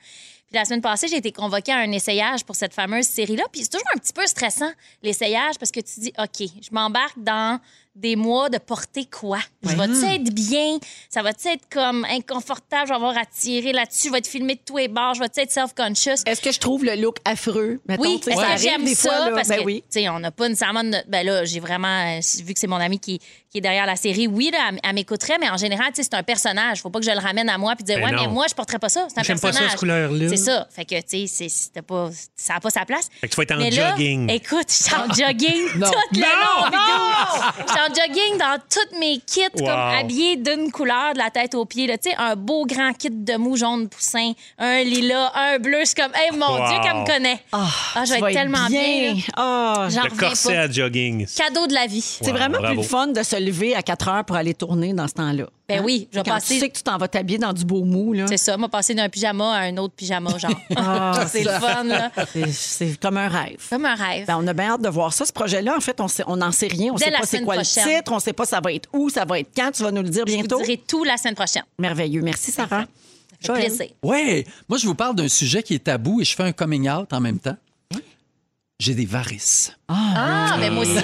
Speaker 4: Puis, la semaine passée, j'ai été convoquée à un essayage pour cette fameuse série-là. Puis, c'est toujours un petit peu stressant, l'essayage, parce que tu dis, OK, je m'embarque dans des mois de porter quoi? Je vais-tu être bien? Ça va-tu être comme inconfortable? Je vais avoir à tirer là-dessus? Je vais être filmée de tous les bords? Je vais-tu être self-conscious?
Speaker 1: Est-ce que je trouve le look affreux? Mettons,
Speaker 4: Oui,
Speaker 1: tu sais,
Speaker 4: parce
Speaker 1: ça
Speaker 4: que
Speaker 1: arrive
Speaker 4: j'aime
Speaker 1: des
Speaker 4: ça,
Speaker 1: fois, là.
Speaker 4: parce
Speaker 1: Ben
Speaker 4: que,
Speaker 1: oui.
Speaker 4: tu sais, on n'a pas nécessairement... de notre- Ben là, j'ai vraiment... euh, Vu que c'est mon ami qui, qui est derrière la série, oui, là, elle, elle m'écouterait, mais en général, tu sais, c'est un personnage. Faut pas que je le ramène à moi puis dire,
Speaker 2: Ben
Speaker 4: ouais,
Speaker 2: non.
Speaker 4: mais moi, je porterais pas ça. C'est un
Speaker 2: J'aime pas ça,
Speaker 4: personnage.
Speaker 2: cette couleur-là.
Speaker 4: C'est ça. Fait que, tu sais, c'est- c'était pas... Ça n'a pas sa place.
Speaker 2: Fait que tu vas être en
Speaker 4: mais là,
Speaker 2: jogging.
Speaker 4: écoute, je suis en jogging tout le
Speaker 3: Non.
Speaker 4: long, bidou. Je suis en jogging dans toutes mes kits,
Speaker 2: Wow.
Speaker 4: comme habillée d'une couleur, de la tête aux pieds. là. Tu sais, un beau grand kit de mou jaune poussin, un lilas, un bleu. C'est comme, hey, mon
Speaker 2: Wow.
Speaker 4: Dieu, qu'elle me connaît. Ah, je vais
Speaker 1: Tu vas
Speaker 4: être tellement bien. là.
Speaker 1: Ah,
Speaker 4: J'en
Speaker 2: Le
Speaker 4: reviens
Speaker 2: corset
Speaker 4: pas.
Speaker 2: à jogging.
Speaker 4: Cadeau de la vie.
Speaker 1: C'est
Speaker 2: Wow,
Speaker 1: vraiment
Speaker 2: bravo.
Speaker 1: plus le fun de se lever à 4 heures pour aller tourner dans ce temps-là. hein?
Speaker 4: Ben oui, je vais
Speaker 1: Quand
Speaker 4: passer-
Speaker 1: tu sais que tu t'en vas t'habiller dans du beau mou, là.
Speaker 4: C'est ça, m'a passé d'un pyjama à un autre pyjama, genre.
Speaker 1: Ah,
Speaker 4: c'est le fun, là.
Speaker 1: c'est- C'est comme un rêve.
Speaker 4: Comme un rêve.
Speaker 1: Ben, on a bien hâte de voir ça. Ce projet-là, en fait, on sait- on n'en sait rien. On ne
Speaker 4: Dès
Speaker 1: sait
Speaker 4: la
Speaker 1: pas c'est
Speaker 4: semaine
Speaker 1: quoi le
Speaker 4: prochaine.
Speaker 1: titre, on ne sait pas ça va être où, ça va être quand. Tu vas nous le dire
Speaker 4: Je vous
Speaker 1: bientôt.
Speaker 4: dirai tout la semaine prochaine.
Speaker 1: Merveilleux. Merci, Sarah.
Speaker 4: Fait
Speaker 1: Joël.
Speaker 4: plaisir.
Speaker 3: Ouais. Moi, je vous parle d'un sujet qui est tabou et je fais un coming out en même temps. J'ai des varices.
Speaker 4: Ah, mais moi aussi.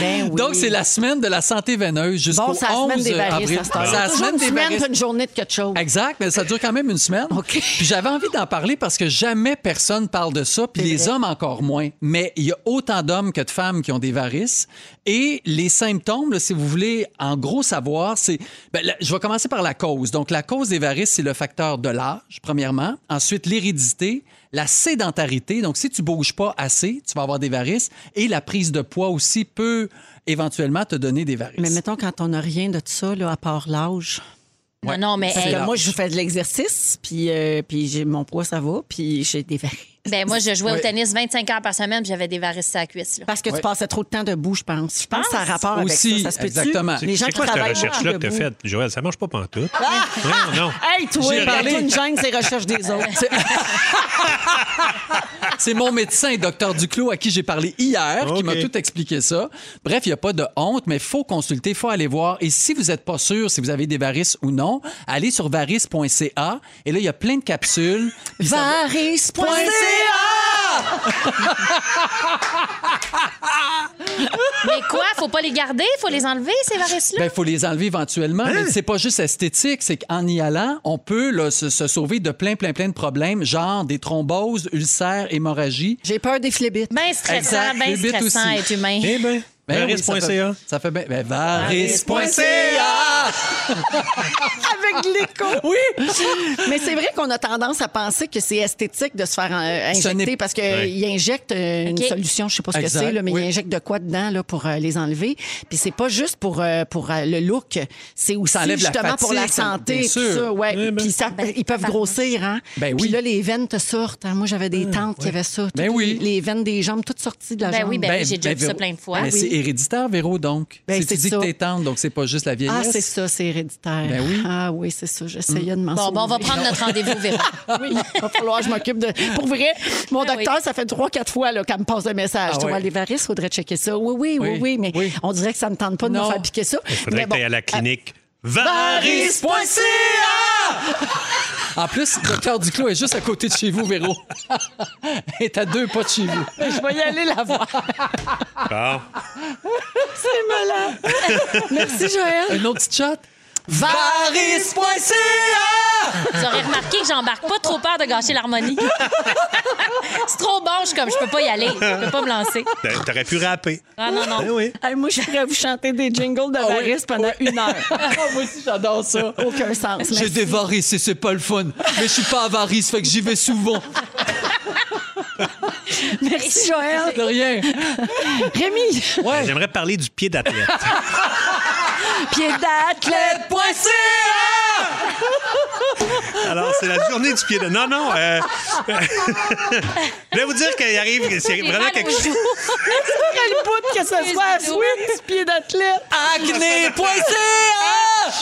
Speaker 1: Ben oui.
Speaker 3: Donc, c'est la semaine de la santé veineuse jusqu'au
Speaker 1: Bon, c'est la
Speaker 3: 11
Speaker 1: semaine des varices,
Speaker 3: avril.
Speaker 1: à cette heure-là.
Speaker 3: C'est la
Speaker 1: Toujours
Speaker 3: semaine
Speaker 1: une
Speaker 3: des varices.
Speaker 1: puis une journée de quelque chose.
Speaker 3: Exact, mais ça dure quand même une semaine.
Speaker 1: OK.
Speaker 3: Puis j'avais envie d'en parler parce que jamais personne parle de ça, puis les hommes encore moins. Mais il y a autant d'hommes que de femmes qui ont des varices. Et les symptômes, là, si vous voulez en gros savoir, c'est... ben, là, je vais commencer par la cause. Donc la cause des varices, c'est le facteur de l'âge, premièrement. Ensuite, l'hérédité, la sédentarité. Donc si tu bouges pas assez, tu vas avoir des varices. Et la prise de poids aussi peut éventuellement te donner des varices.
Speaker 1: Mais mettons, quand on n'a rien de ça, là, à part l'âge.
Speaker 4: Non, non, mais euh,
Speaker 1: Parce
Speaker 4: hey,
Speaker 1: que moi, je fais de l'exercice, puis, euh, puis j'ai- mon poids, ça va, puis j'ai des varices.
Speaker 4: ben, moi, je jouais au
Speaker 3: Ouais.
Speaker 4: tennis 25 heures par semaine, puis j'avais des varices à la cuisse. là.
Speaker 1: Parce que tu
Speaker 3: Ouais.
Speaker 1: passais trop de temps debout, je pense. Je pense que ça a rapport avec
Speaker 3: Aussi,
Speaker 1: ça. Ça se peut-tu?
Speaker 3: exactement.
Speaker 1: Les gens
Speaker 2: C'est
Speaker 1: qui
Speaker 2: quoi cette
Speaker 1: travaillent
Speaker 2: recherche-là que
Speaker 1: beaucoup
Speaker 2: t'as
Speaker 1: debout.
Speaker 2: faite, Joël? Ça marche pas pantoute. Non, non.
Speaker 1: Hey, toi,
Speaker 3: J'ai
Speaker 1: parler
Speaker 3: parlé.
Speaker 1: une gêne, c'est recherche des autres.
Speaker 3: C'est- C'est mon médecin, docteur Duclos, à qui j'ai parlé hier, qui
Speaker 2: OK.
Speaker 3: m'a tout expliqué ça. Bref, il n'y a pas de honte, mais faut consulter, faut aller voir. Et si vous n'êtes pas sûr si vous avez des varices ou non, allez sur varices.ca. Et là, il y a plein de capsules. Puis ça va-
Speaker 1: Varice.ca!
Speaker 4: Mais quoi? Faut pas les garder? Faut les enlever, ces varices-là?
Speaker 3: Ben, il faut les enlever éventuellement,
Speaker 2: Hein?
Speaker 3: mais c'est pas juste esthétique, c'est qu'en y allant, on peut là, se, se sauver de plein, plein, plein de problèmes, genre des thromboses, ulcères, hémorragies.
Speaker 1: J'ai peur des flébites.
Speaker 4: Ben stressant,
Speaker 3: Exact,
Speaker 4: ben
Speaker 3: les bites
Speaker 4: stressant
Speaker 3: aussi.
Speaker 4: être humain.
Speaker 2: Eh bien,
Speaker 3: Ben oui, ça fait-
Speaker 2: Maurice.ca.
Speaker 3: Ça fait bien. Ben, varis.ca!
Speaker 1: Avec l'écho. Oui. Mais c'est vrai qu'on a tendance à penser que c'est esthétique de se faire euh,
Speaker 3: Ce
Speaker 1: injecter
Speaker 3: n'est-
Speaker 1: parce qu'ils
Speaker 2: Ouais.
Speaker 1: injectent euh, une
Speaker 4: Ok.
Speaker 1: solution, je sais pas ce
Speaker 3: Exact,
Speaker 1: que c'est, là, mais
Speaker 3: oui.
Speaker 1: ils injectent de quoi dedans là, pour euh, les enlever. Puis c'est pas juste pour, euh, pour euh, le look, c'est aussi
Speaker 3: enlève la
Speaker 1: justement pour la
Speaker 3: fatigue, ça-
Speaker 1: santé.
Speaker 3: bien
Speaker 1: tout
Speaker 3: sûr.
Speaker 1: ça, ouais.
Speaker 2: Eh ben.
Speaker 1: Puis ça- ils peuvent grossir. Hein?
Speaker 3: Ben
Speaker 1: Puis
Speaker 3: oui.
Speaker 1: là, les veines te sortent. hein. Moi, j'avais des tantes qui avaient ça.
Speaker 3: Ben
Speaker 1: Toutes
Speaker 3: oui.
Speaker 1: Les les veines des jambes toutes sorties de la
Speaker 4: Ben
Speaker 1: jambe.
Speaker 4: oui, ben- j'ai déjà vu ça plein de fois.
Speaker 3: Mais
Speaker 4: Oui.
Speaker 3: Ben, c'est héréditaire, Véro, donc.
Speaker 1: Ben,
Speaker 3: c'est tu
Speaker 1: c'est
Speaker 3: dis
Speaker 1: ça.
Speaker 3: que t'es tendre, donc c'est pas juste la vieillesse.
Speaker 1: ah, c'est ça, c'est héréditaire.
Speaker 3: Ben oui.
Speaker 1: Ah oui, c'est ça. J'essayais de m'en
Speaker 4: Bon, bon, on va
Speaker 1: sauver.
Speaker 4: prendre notre rendez-vous, Véro.
Speaker 1: Oui, il va falloir que je m'occupe de. Pour vrai, mon
Speaker 4: Ben
Speaker 1: docteur, ça fait trois, quatre fois là, qu'elle me passe le message.
Speaker 3: Ah
Speaker 1: tu vois,
Speaker 3: ouais.
Speaker 1: les varices, faudrait checker ça. Oui, oui, oui, oui,
Speaker 3: Oui,
Speaker 1: mais
Speaker 3: oui.
Speaker 1: on dirait que ça ne me tente pas de me
Speaker 3: Non.
Speaker 1: faire piquer ça.
Speaker 2: Faudrait
Speaker 1: Mais
Speaker 2: que
Speaker 1: bon.
Speaker 2: t'ailles à la clinique. Varis!
Speaker 3: Varis.ca! En plus, le docteur Duclos est juste à côté de chez vous, Véro. Et t'as deux pas de chez vous.
Speaker 1: Je vais y aller la voir.
Speaker 2: Bon.
Speaker 1: C'est malade. Merci, Joël.
Speaker 3: Une autre petite shot?
Speaker 4: Vous aurez remarqué que j'embarque pas trop peur de gâcher l'harmonie. c'est trop bon, je suis comme, je peux pas y aller. Je peux pas me lancer.
Speaker 2: T'a- T'aurais pu rapper.
Speaker 4: Ah non, non.
Speaker 2: Eh oui.
Speaker 1: Hey, moi, j'aimerais vous chanter des jingles de varices pendant une heure.
Speaker 3: Ah, moi aussi, j'adore ça.
Speaker 1: Aucun sens.
Speaker 3: J'ai
Speaker 1: Merci.
Speaker 3: des varices et c'est pas le fun. Mais je suis pas avarice, fait que j'y vais souvent.
Speaker 1: Merci, Joël.
Speaker 3: De rien.
Speaker 1: Rémi,
Speaker 3: Ouais.
Speaker 2: J'aimerais parler du pied d'athlète.
Speaker 1: pied d'athlète.
Speaker 2: Alors, c'est la journée du pied d'athlète. Non, non. euh, Je vais vous dire qu'il arrive. C'est
Speaker 4: J'ai
Speaker 2: vraiment
Speaker 4: mal
Speaker 2: quelque
Speaker 4: aux
Speaker 2: chose.
Speaker 4: joues.
Speaker 1: Après le bout que ce soit à
Speaker 4: doigts.
Speaker 1: Swiss, pied d'athlète.
Speaker 3: Acné.ca!
Speaker 1: Je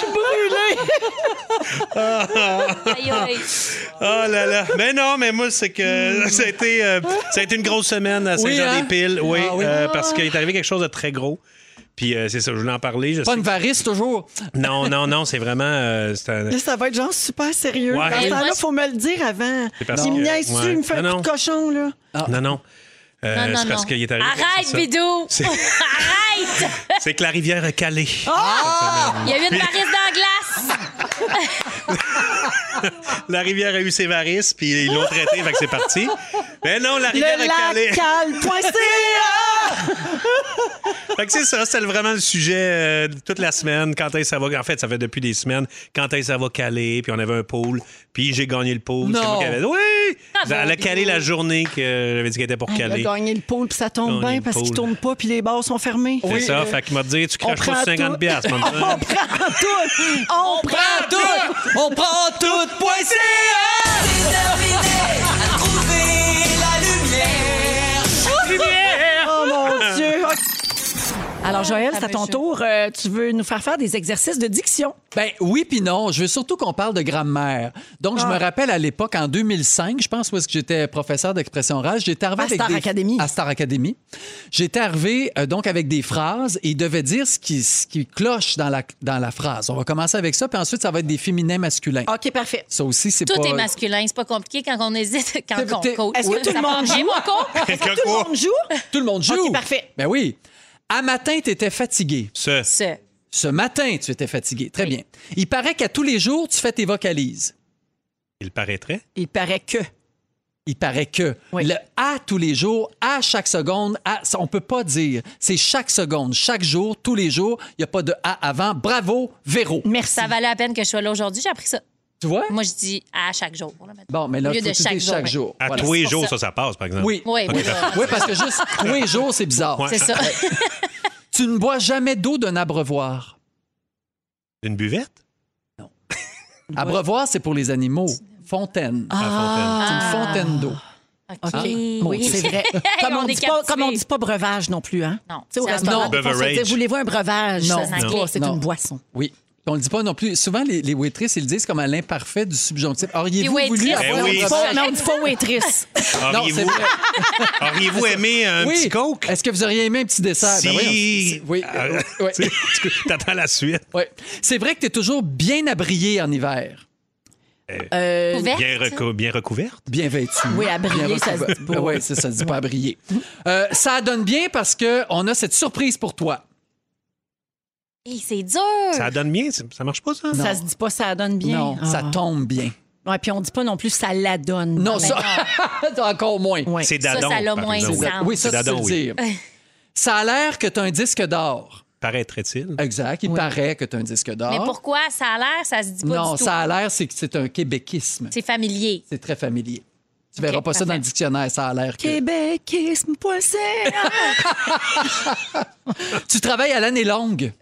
Speaker 1: suis
Speaker 4: Aïe,
Speaker 1: brûlée.
Speaker 4: aïe.
Speaker 2: Oh là là. Mais non, mais moi, c'est que ça a été, euh, ça a été une grosse semaine à
Speaker 3: Oui,
Speaker 2: Saint-Jean-des-Piles.
Speaker 3: hein?
Speaker 2: Oui,
Speaker 3: Ah oui.
Speaker 2: euh, parce qu'il est arrivé quelque chose de très gros. Puis euh, c'est ça, je voulais en parler. Je
Speaker 3: Pas
Speaker 2: sais-
Speaker 3: une varice, toujours.
Speaker 2: Non, non, non, c'est vraiment. euh, c'est un-
Speaker 1: Là, ça va être genre super sérieux.
Speaker 2: Ouais.
Speaker 1: Dans ce
Speaker 2: Mais
Speaker 1: temps-là,
Speaker 4: moi,
Speaker 1: faut me le dire avant.
Speaker 2: C'est parce
Speaker 1: Il me
Speaker 2: que-
Speaker 1: niaise dessus,
Speaker 2: ouais.
Speaker 1: il me fait
Speaker 2: Non,
Speaker 1: un coup de cochon, là.
Speaker 2: Non, non. Euh,
Speaker 4: Non, non,
Speaker 2: c'est parce
Speaker 4: non.
Speaker 2: qu'il est arrivé. c'est
Speaker 4: Arrête,
Speaker 2: ça.
Speaker 4: Bidou!
Speaker 2: C'est-
Speaker 4: Arrête!
Speaker 2: C'est que la rivière a calé.
Speaker 4: Il y a eu une varisse dans la glace!
Speaker 2: La rivière a eu ses varices, puis ils l'ont traité, fait que c'est parti. Mais non, la rivière
Speaker 1: Le
Speaker 2: a calé.
Speaker 1: lacal.ca!
Speaker 2: Fait que c'est ça, c'était vraiment le sujet euh, toute la semaine. Quand est-ce que ça va. En fait, ça fait depuis des semaines. Quand est-ce que ça va caler? Puis on avait un pool. Puis j'ai gagné le pool. C'est
Speaker 3: Non.
Speaker 2: moi qui avais- Oui!
Speaker 4: Bravo,
Speaker 2: Elle a calé
Speaker 4: Bidou.
Speaker 2: la journée que j'avais dit qu'elle était pour
Speaker 1: Il a
Speaker 2: caler.
Speaker 1: gagné le pôle, puis ça
Speaker 2: Gagné
Speaker 1: tombe bien
Speaker 2: le
Speaker 1: parce qu'il
Speaker 2: pôle.
Speaker 1: tourne pas, puis les bars sont fermés.
Speaker 2: C'est ça. Fait qu'il m'a dit, tu craches pas sur 50 piastres.
Speaker 1: On
Speaker 2: mon gars.
Speaker 1: prend tout. On prend
Speaker 3: Prends tout! On prend
Speaker 1: hein?
Speaker 3: tout.ca!
Speaker 5: C'est terminé, à trouver la lumière.
Speaker 1: Oh mon Dieu! Alors, Joël, c'est à ton
Speaker 4: Monsieur.
Speaker 1: tour. Euh, tu veux nous faire faire des exercices de diction.
Speaker 3: Ben oui puis non, je veux surtout qu'on parle de grammaire. Donc
Speaker 1: Ah.
Speaker 3: je me rappelle à l'époque en 2005, je pense où est-ce que j'étais professeur d'expression orale, j'étais arrivé
Speaker 1: À
Speaker 3: avec
Speaker 1: Star
Speaker 3: des-
Speaker 1: Academy.
Speaker 3: à Star Academy. J'étais arrivé euh, donc avec des phrases et il devait dire ce qui ce qui cloche dans la dans la phrase. On va commencer avec ça puis ensuite ça va être des féminins masculins.
Speaker 1: OK, parfait.
Speaker 3: Ça aussi c'est
Speaker 4: Tout
Speaker 3: pas
Speaker 4: est masculin, c'est pas compliqué quand on hésite, quand
Speaker 3: T'es-
Speaker 4: on
Speaker 3: t'es-
Speaker 4: coach.
Speaker 1: Est-ce que tout le monde
Speaker 4: J'ai
Speaker 1: joue?
Speaker 4: mon coach?
Speaker 1: Est-ce que tout
Speaker 2: Oh.
Speaker 1: le monde joue?
Speaker 3: Tout le monde joue.
Speaker 1: OK, parfait.
Speaker 3: Ben oui. À matin, tu étais fatigué.
Speaker 2: Ça.
Speaker 4: Ce.
Speaker 3: Ce matin, tu étais fatigué. Très bien. Il paraît qu'à tous les jours, tu fais tes vocalises.
Speaker 2: Il paraîtrait.
Speaker 1: Il paraît que.
Speaker 3: Il paraît que
Speaker 1: Oui.
Speaker 3: le à tous les jours, à chaque seconde, à, ça, on peut pas dire. C'est chaque seconde, chaque jour, tous les jours. Il n'y a pas de à avant. Bravo, Véro.
Speaker 1: Merci.
Speaker 4: Ça valait la peine que je sois là aujourd'hui, j'ai appris ça.
Speaker 3: Tu vois?
Speaker 4: Moi, je dis à chaque jour. là, maintenant.
Speaker 3: Bon, mais
Speaker 4: Au
Speaker 3: là,
Speaker 4: lieu
Speaker 3: faut
Speaker 4: de
Speaker 3: que tu
Speaker 4: chaque
Speaker 3: dises
Speaker 4: jour.
Speaker 3: chaque
Speaker 4: oui.
Speaker 3: jour.
Speaker 2: À
Speaker 3: Voilà.
Speaker 2: tous les
Speaker 4: pour
Speaker 2: jours,
Speaker 4: ça.
Speaker 2: ça. ça, passe, par exemple.
Speaker 3: Oui.
Speaker 4: Oui, oui, là,
Speaker 3: Oui, parce que juste tous les jours, c'est bizarre.
Speaker 2: Ouais.
Speaker 4: c'est ça.
Speaker 3: Tu ne bois jamais d'eau d'un abreuvoir.
Speaker 2: Une buvette?
Speaker 3: Abreuvoir, c'est pour les animaux. Fontaine.
Speaker 4: Ah.
Speaker 2: À la fontaine.
Speaker 3: C'est une fontaine d'eau.
Speaker 4: OK.
Speaker 3: Mon
Speaker 1: Oui,
Speaker 3: Dieu.
Speaker 1: Ah, c'est vrai. comme,
Speaker 4: on
Speaker 1: on
Speaker 4: est
Speaker 1: dit pas,
Speaker 4: captivés.
Speaker 1: comme on dit pas breuvage non plus, hein?
Speaker 4: Non,
Speaker 1: Tu sais, au
Speaker 4: c'est
Speaker 1: restaurant,
Speaker 3: un
Speaker 1: des fois, on se
Speaker 2: beverage.
Speaker 1: dit, voulez-vous un breuvage? Ça
Speaker 3: Non.
Speaker 1: se dit
Speaker 4: Non.
Speaker 1: pas, c'est
Speaker 3: Non.
Speaker 1: une boisson.
Speaker 3: Oui. On le dit pas non plus. Souvent, les, les waitresses, ils le disent comme à l'imparfait du subjonctif. Auriez-vous
Speaker 4: Les
Speaker 3: voulu
Speaker 4: waitresses,
Speaker 2: Ben
Speaker 3: avoir un
Speaker 2: oui.
Speaker 1: On dit pas-
Speaker 3: breuvage?
Speaker 1: Non, on dit pas waitress.
Speaker 3: Non, c'est
Speaker 2: Auriez-vous
Speaker 3: vrai.
Speaker 2: auriez-vous aimé un
Speaker 3: Oui. Euh,
Speaker 2: petit coke?
Speaker 3: Est-ce que vous auriez aimé un petit dessert? Ben voyons,
Speaker 2: Si.
Speaker 3: c'est- oui. euh,
Speaker 2: Ah,
Speaker 3: Oui.
Speaker 2: tu sais, tu- T'attends la suite.
Speaker 3: Oui. C'est vrai que tu es toujours bien abrié en hiver.
Speaker 1: Euh,
Speaker 4: Couverte.
Speaker 2: bien, recou- bien recouverte.
Speaker 3: Bien vêtu.
Speaker 1: Oui, à briller,
Speaker 3: Bien
Speaker 1: ça
Speaker 3: recouvert.
Speaker 1: se dit pas.
Speaker 3: Oui, ça, ça se dit pas à briller. Euh, ça donne bien parce qu'on a cette surprise pour toi.
Speaker 4: Hey, c'est dur.
Speaker 2: Ça donne bien, ça ça marche pas, ça?
Speaker 1: Ça se dit pas ça donne bien.
Speaker 3: Non,
Speaker 1: Ah.
Speaker 3: ça tombe bien.
Speaker 1: Ouais, puis on dit pas non plus ça la donne.
Speaker 3: Non,
Speaker 4: ben
Speaker 3: ça, encore moins.
Speaker 1: Ah, Ouais.
Speaker 2: C'est
Speaker 4: Ça,
Speaker 2: dadon.
Speaker 4: ça l'a
Speaker 2: par
Speaker 4: moins
Speaker 2: exemple.
Speaker 4: de sens.
Speaker 3: Oui, ça,
Speaker 2: C'est
Speaker 3: c'est
Speaker 2: Dadon, oui.
Speaker 3: le dire. Ça a l'air que tu as un disque d'or.
Speaker 2: Paraîtrait-il?
Speaker 3: Exact, il
Speaker 1: Oui.
Speaker 3: paraît que tu as un disque d'or.
Speaker 4: Mais pourquoi ça a l'air, ça se dit pas
Speaker 3: Non,
Speaker 4: du tout.
Speaker 3: ça a l'air, c'est que c'est un québéquisme.
Speaker 4: C'est familier.
Speaker 3: C'est très familier. Tu verras pas ça dans
Speaker 4: parfait.
Speaker 3: le dictionnaire, ça a l'air que...
Speaker 1: Québecisme.ca.
Speaker 3: Tu travailles à l'année longue.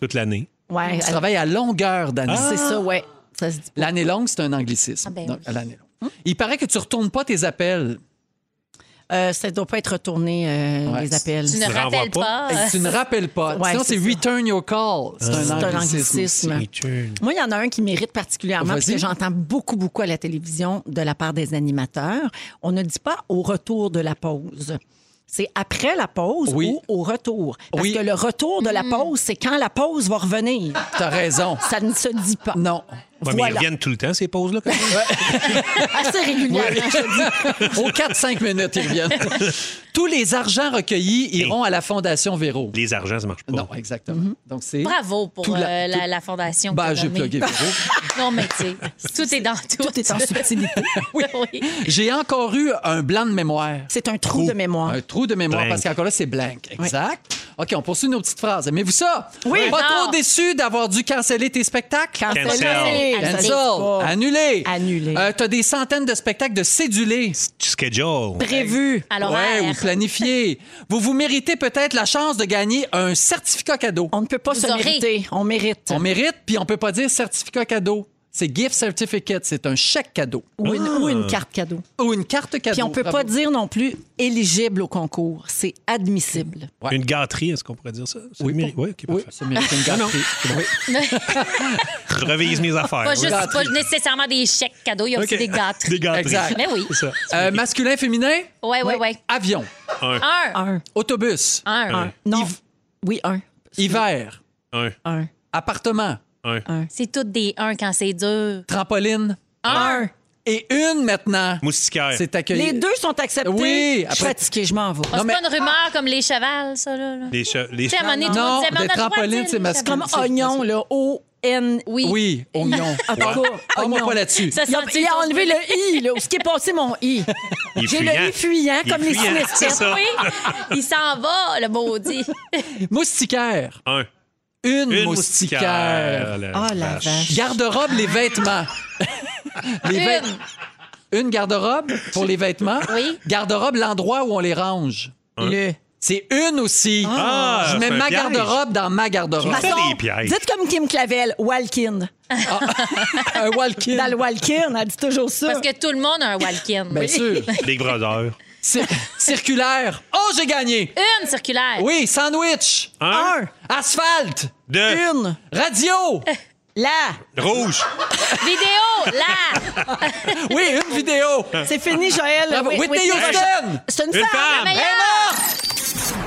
Speaker 2: Toute l'année.
Speaker 1: Ouais,
Speaker 3: Tu
Speaker 1: elle-
Speaker 3: travailles à longueur d'année.
Speaker 1: c'est ça, ouais. Ça se dit pas.
Speaker 3: L'année longue, c'est un anglicisme.
Speaker 4: Ah ben
Speaker 3: Donc,
Speaker 4: oui.
Speaker 3: à l'année longue. Il paraît que tu retournes pas tes appels.
Speaker 1: Euh, ça doit pas être retourné, euh,
Speaker 3: Ouais,
Speaker 1: les
Speaker 3: c'est-
Speaker 1: appels.
Speaker 4: Tu
Speaker 2: Ça
Speaker 4: ne
Speaker 2: renvoie
Speaker 4: rappelles
Speaker 2: pas.
Speaker 4: pas.
Speaker 3: Et tu ne rappelles pas.
Speaker 1: Ouais,
Speaker 3: Sinon,
Speaker 1: c'est
Speaker 3: c'est
Speaker 1: ça.
Speaker 3: return your call. C'est
Speaker 1: C'est
Speaker 3: un anglicisme.
Speaker 1: anglicisme.
Speaker 2: Return.
Speaker 1: Moi, il y en a un qui mérite particulièrement, parce
Speaker 3: Vas-y.
Speaker 1: que j'entends beaucoup, beaucoup à la télévision de la part des animateurs. On ne dit pas au retour de la pause. C'est après la pause
Speaker 3: Oui.
Speaker 1: ou au retour. Parce
Speaker 3: Oui.
Speaker 1: que le retour de la
Speaker 4: Mm.
Speaker 1: pause, c'est quand la pause va revenir.
Speaker 3: T'as raison.
Speaker 1: Ça ne se dit pas.
Speaker 3: Non.
Speaker 2: Ouais, Mais ils
Speaker 1: voilà.
Speaker 2: reviennent tout le temps, ces pauses-là, quand même.
Speaker 1: Assez régulièrement, je te dis.
Speaker 3: Aux 4-5 minutes, ils reviennent. Tous les argents recueillis iront à la Fondation Véro.
Speaker 2: Les argents, ça marche pas.
Speaker 3: Non, exactement. Donc, c'est.
Speaker 4: Bravo pour
Speaker 3: Tout
Speaker 4: euh,
Speaker 3: la-
Speaker 4: la,
Speaker 3: tout-
Speaker 4: la fondation. que
Speaker 3: Ben,
Speaker 4: t'as
Speaker 3: j'ai
Speaker 4: nommée.
Speaker 3: plugué Véro.
Speaker 4: Non, mais tu sais, tout est dans tout.
Speaker 1: Tout est en subtilité.
Speaker 4: oui. oui.
Speaker 3: J'ai encore eu un blanc de mémoire.
Speaker 1: C'est un trou, de mémoire.
Speaker 3: Un trou de mémoire,
Speaker 2: Blank.
Speaker 3: parce qu'encore là, c'est blank. Exact. OK, on poursuit nos petites phrases. Aimez-vous ça?
Speaker 1: Oui. Ah.
Speaker 3: Pas
Speaker 4: Non.
Speaker 3: trop déçu d'avoir dû canceller tes spectacles?
Speaker 1: Cancel.
Speaker 2: Cancel.
Speaker 1: Cancel.
Speaker 3: Cancel.
Speaker 1: Pas.
Speaker 3: Annulé.
Speaker 1: Annulé.
Speaker 3: Euh, T'as des centaines de spectacles de cédulés.
Speaker 2: Schedule.
Speaker 1: Prévu.
Speaker 4: Alors,
Speaker 3: Ouais, ou planifiés. vous vous méritez peut-être la chance de gagner un certificat cadeau.
Speaker 1: On ne peut pas
Speaker 4: Vous
Speaker 1: se
Speaker 4: aurez.
Speaker 1: mériter. On mérite.
Speaker 3: On mérite, puis on peut pas dire certificat cadeau. C'est gift certificate, c'est un chèque cadeau.
Speaker 1: Ou, une, ou une carte cadeau.
Speaker 3: Ou une carte cadeau.
Speaker 1: Puis on peut pas
Speaker 3: Ah. Bravo.
Speaker 1: dire non plus éligible au concours. C'est admissible.
Speaker 3: Ouais.
Speaker 2: Une gâterie, est-ce qu'on pourrait dire ça? Ça mérite- Oui, ok,
Speaker 3: Oui,
Speaker 2: parfait.
Speaker 3: ça mérite une gâterie. Oui.
Speaker 2: Je revise mes affaires.
Speaker 4: pas
Speaker 2: oui.
Speaker 4: juste, pas nécessairement des chèques cadeaux, il y a
Speaker 2: Ok.
Speaker 4: aussi des gâteries.
Speaker 2: Des gâteries.
Speaker 3: Exact.
Speaker 4: Mais oui.
Speaker 2: C'est ça.
Speaker 3: Euh, masculin, féminin?
Speaker 4: Ouais, ouais, ouais.
Speaker 3: Avion.
Speaker 4: Un.
Speaker 1: Un.
Speaker 3: Autobus.
Speaker 4: Un.
Speaker 2: Un.
Speaker 1: Non.
Speaker 3: Hiv-
Speaker 1: Oui, un.
Speaker 3: Hiver.
Speaker 2: Un,
Speaker 1: Un.
Speaker 3: Appartement.
Speaker 2: un.
Speaker 4: C'est toutes des un quand c'est dur.
Speaker 3: Trampoline.
Speaker 4: Un.
Speaker 3: Et une maintenant.
Speaker 2: Moustiquaire.
Speaker 3: C'est accueilli.
Speaker 1: Les deux sont acceptés.
Speaker 3: Oui,
Speaker 1: Je suis
Speaker 3: après-
Speaker 1: fatiguée, je m'en vais.
Speaker 4: Ah,
Speaker 3: Non,
Speaker 4: c'est
Speaker 3: mais-
Speaker 4: pas une rumeur comme les chevals, ça, là. là.
Speaker 2: Les che- les
Speaker 4: Tu sais, à un moment donné, tout le
Speaker 3: Non,
Speaker 4: monde disait,
Speaker 3: des
Speaker 4: mais on a le droit de
Speaker 3: trampolines,
Speaker 4: dire
Speaker 3: c'est
Speaker 4: les
Speaker 3: masculin.
Speaker 1: Comme
Speaker 4: chevals.
Speaker 1: oignon, là. O-N.
Speaker 4: Oui.
Speaker 3: Oui, oignon.
Speaker 1: En tout cas,
Speaker 3: Ah, moi,
Speaker 1: oignon.
Speaker 3: pas là-dessus.
Speaker 4: Ça
Speaker 1: Il a,
Speaker 4: sentit
Speaker 1: il a
Speaker 4: ton-
Speaker 1: enlevé le i, là. Ce qui est passé, mon i.
Speaker 2: Il est
Speaker 1: J'ai le i fuyant,
Speaker 2: Il est
Speaker 1: comme les
Speaker 2: fuyant, c'est
Speaker 1: sinestètes.
Speaker 2: ça.
Speaker 4: Oui, il s'en va, le maudit.
Speaker 3: Moustiquaire.
Speaker 2: Un.
Speaker 3: Une,
Speaker 2: Une
Speaker 3: moustiquaire.
Speaker 2: moustiquaire. la
Speaker 1: Ah, la
Speaker 2: vache.
Speaker 1: vache.
Speaker 3: Garde-robe, les vêtements. Les vêt-
Speaker 4: Une.
Speaker 3: Une garde-robe pour les vêtements.
Speaker 4: Oui.
Speaker 3: Garde-robe, l'endroit où on les range.
Speaker 2: Euh,
Speaker 1: Le.
Speaker 3: C'est une aussi.
Speaker 2: Ah,
Speaker 3: Je mets
Speaker 2: c'est un
Speaker 3: ma
Speaker 2: piège.
Speaker 3: garde-robe dans ma garde-robe.
Speaker 2: Fais
Speaker 1: Façon,
Speaker 2: des pièges.
Speaker 1: dites comme Kim Clavel, Walkin.
Speaker 3: Un walk-in.
Speaker 1: Dans le Walkin, elle dit toujours ça.
Speaker 4: Parce que tout le monde a un walk-in.
Speaker 3: Bien sûr.
Speaker 2: Big Brother.
Speaker 3: Cir- circulaire. Oh, j'ai gagné.
Speaker 4: Une circulaire.
Speaker 3: Oui, sandwich.
Speaker 2: Un,
Speaker 1: Un,
Speaker 3: Asphalte.
Speaker 2: deux,
Speaker 1: une,
Speaker 3: Radio.
Speaker 1: là.
Speaker 2: Euh. rouge.
Speaker 4: Vidéo, là.
Speaker 3: Oui, une vidéo.
Speaker 1: C'est fini, Joël.
Speaker 3: Bravo.
Speaker 1: Oui,
Speaker 3: Whitney Houston.
Speaker 1: C'est une,
Speaker 2: Une
Speaker 1: femme.
Speaker 2: femme.
Speaker 4: La meilleure.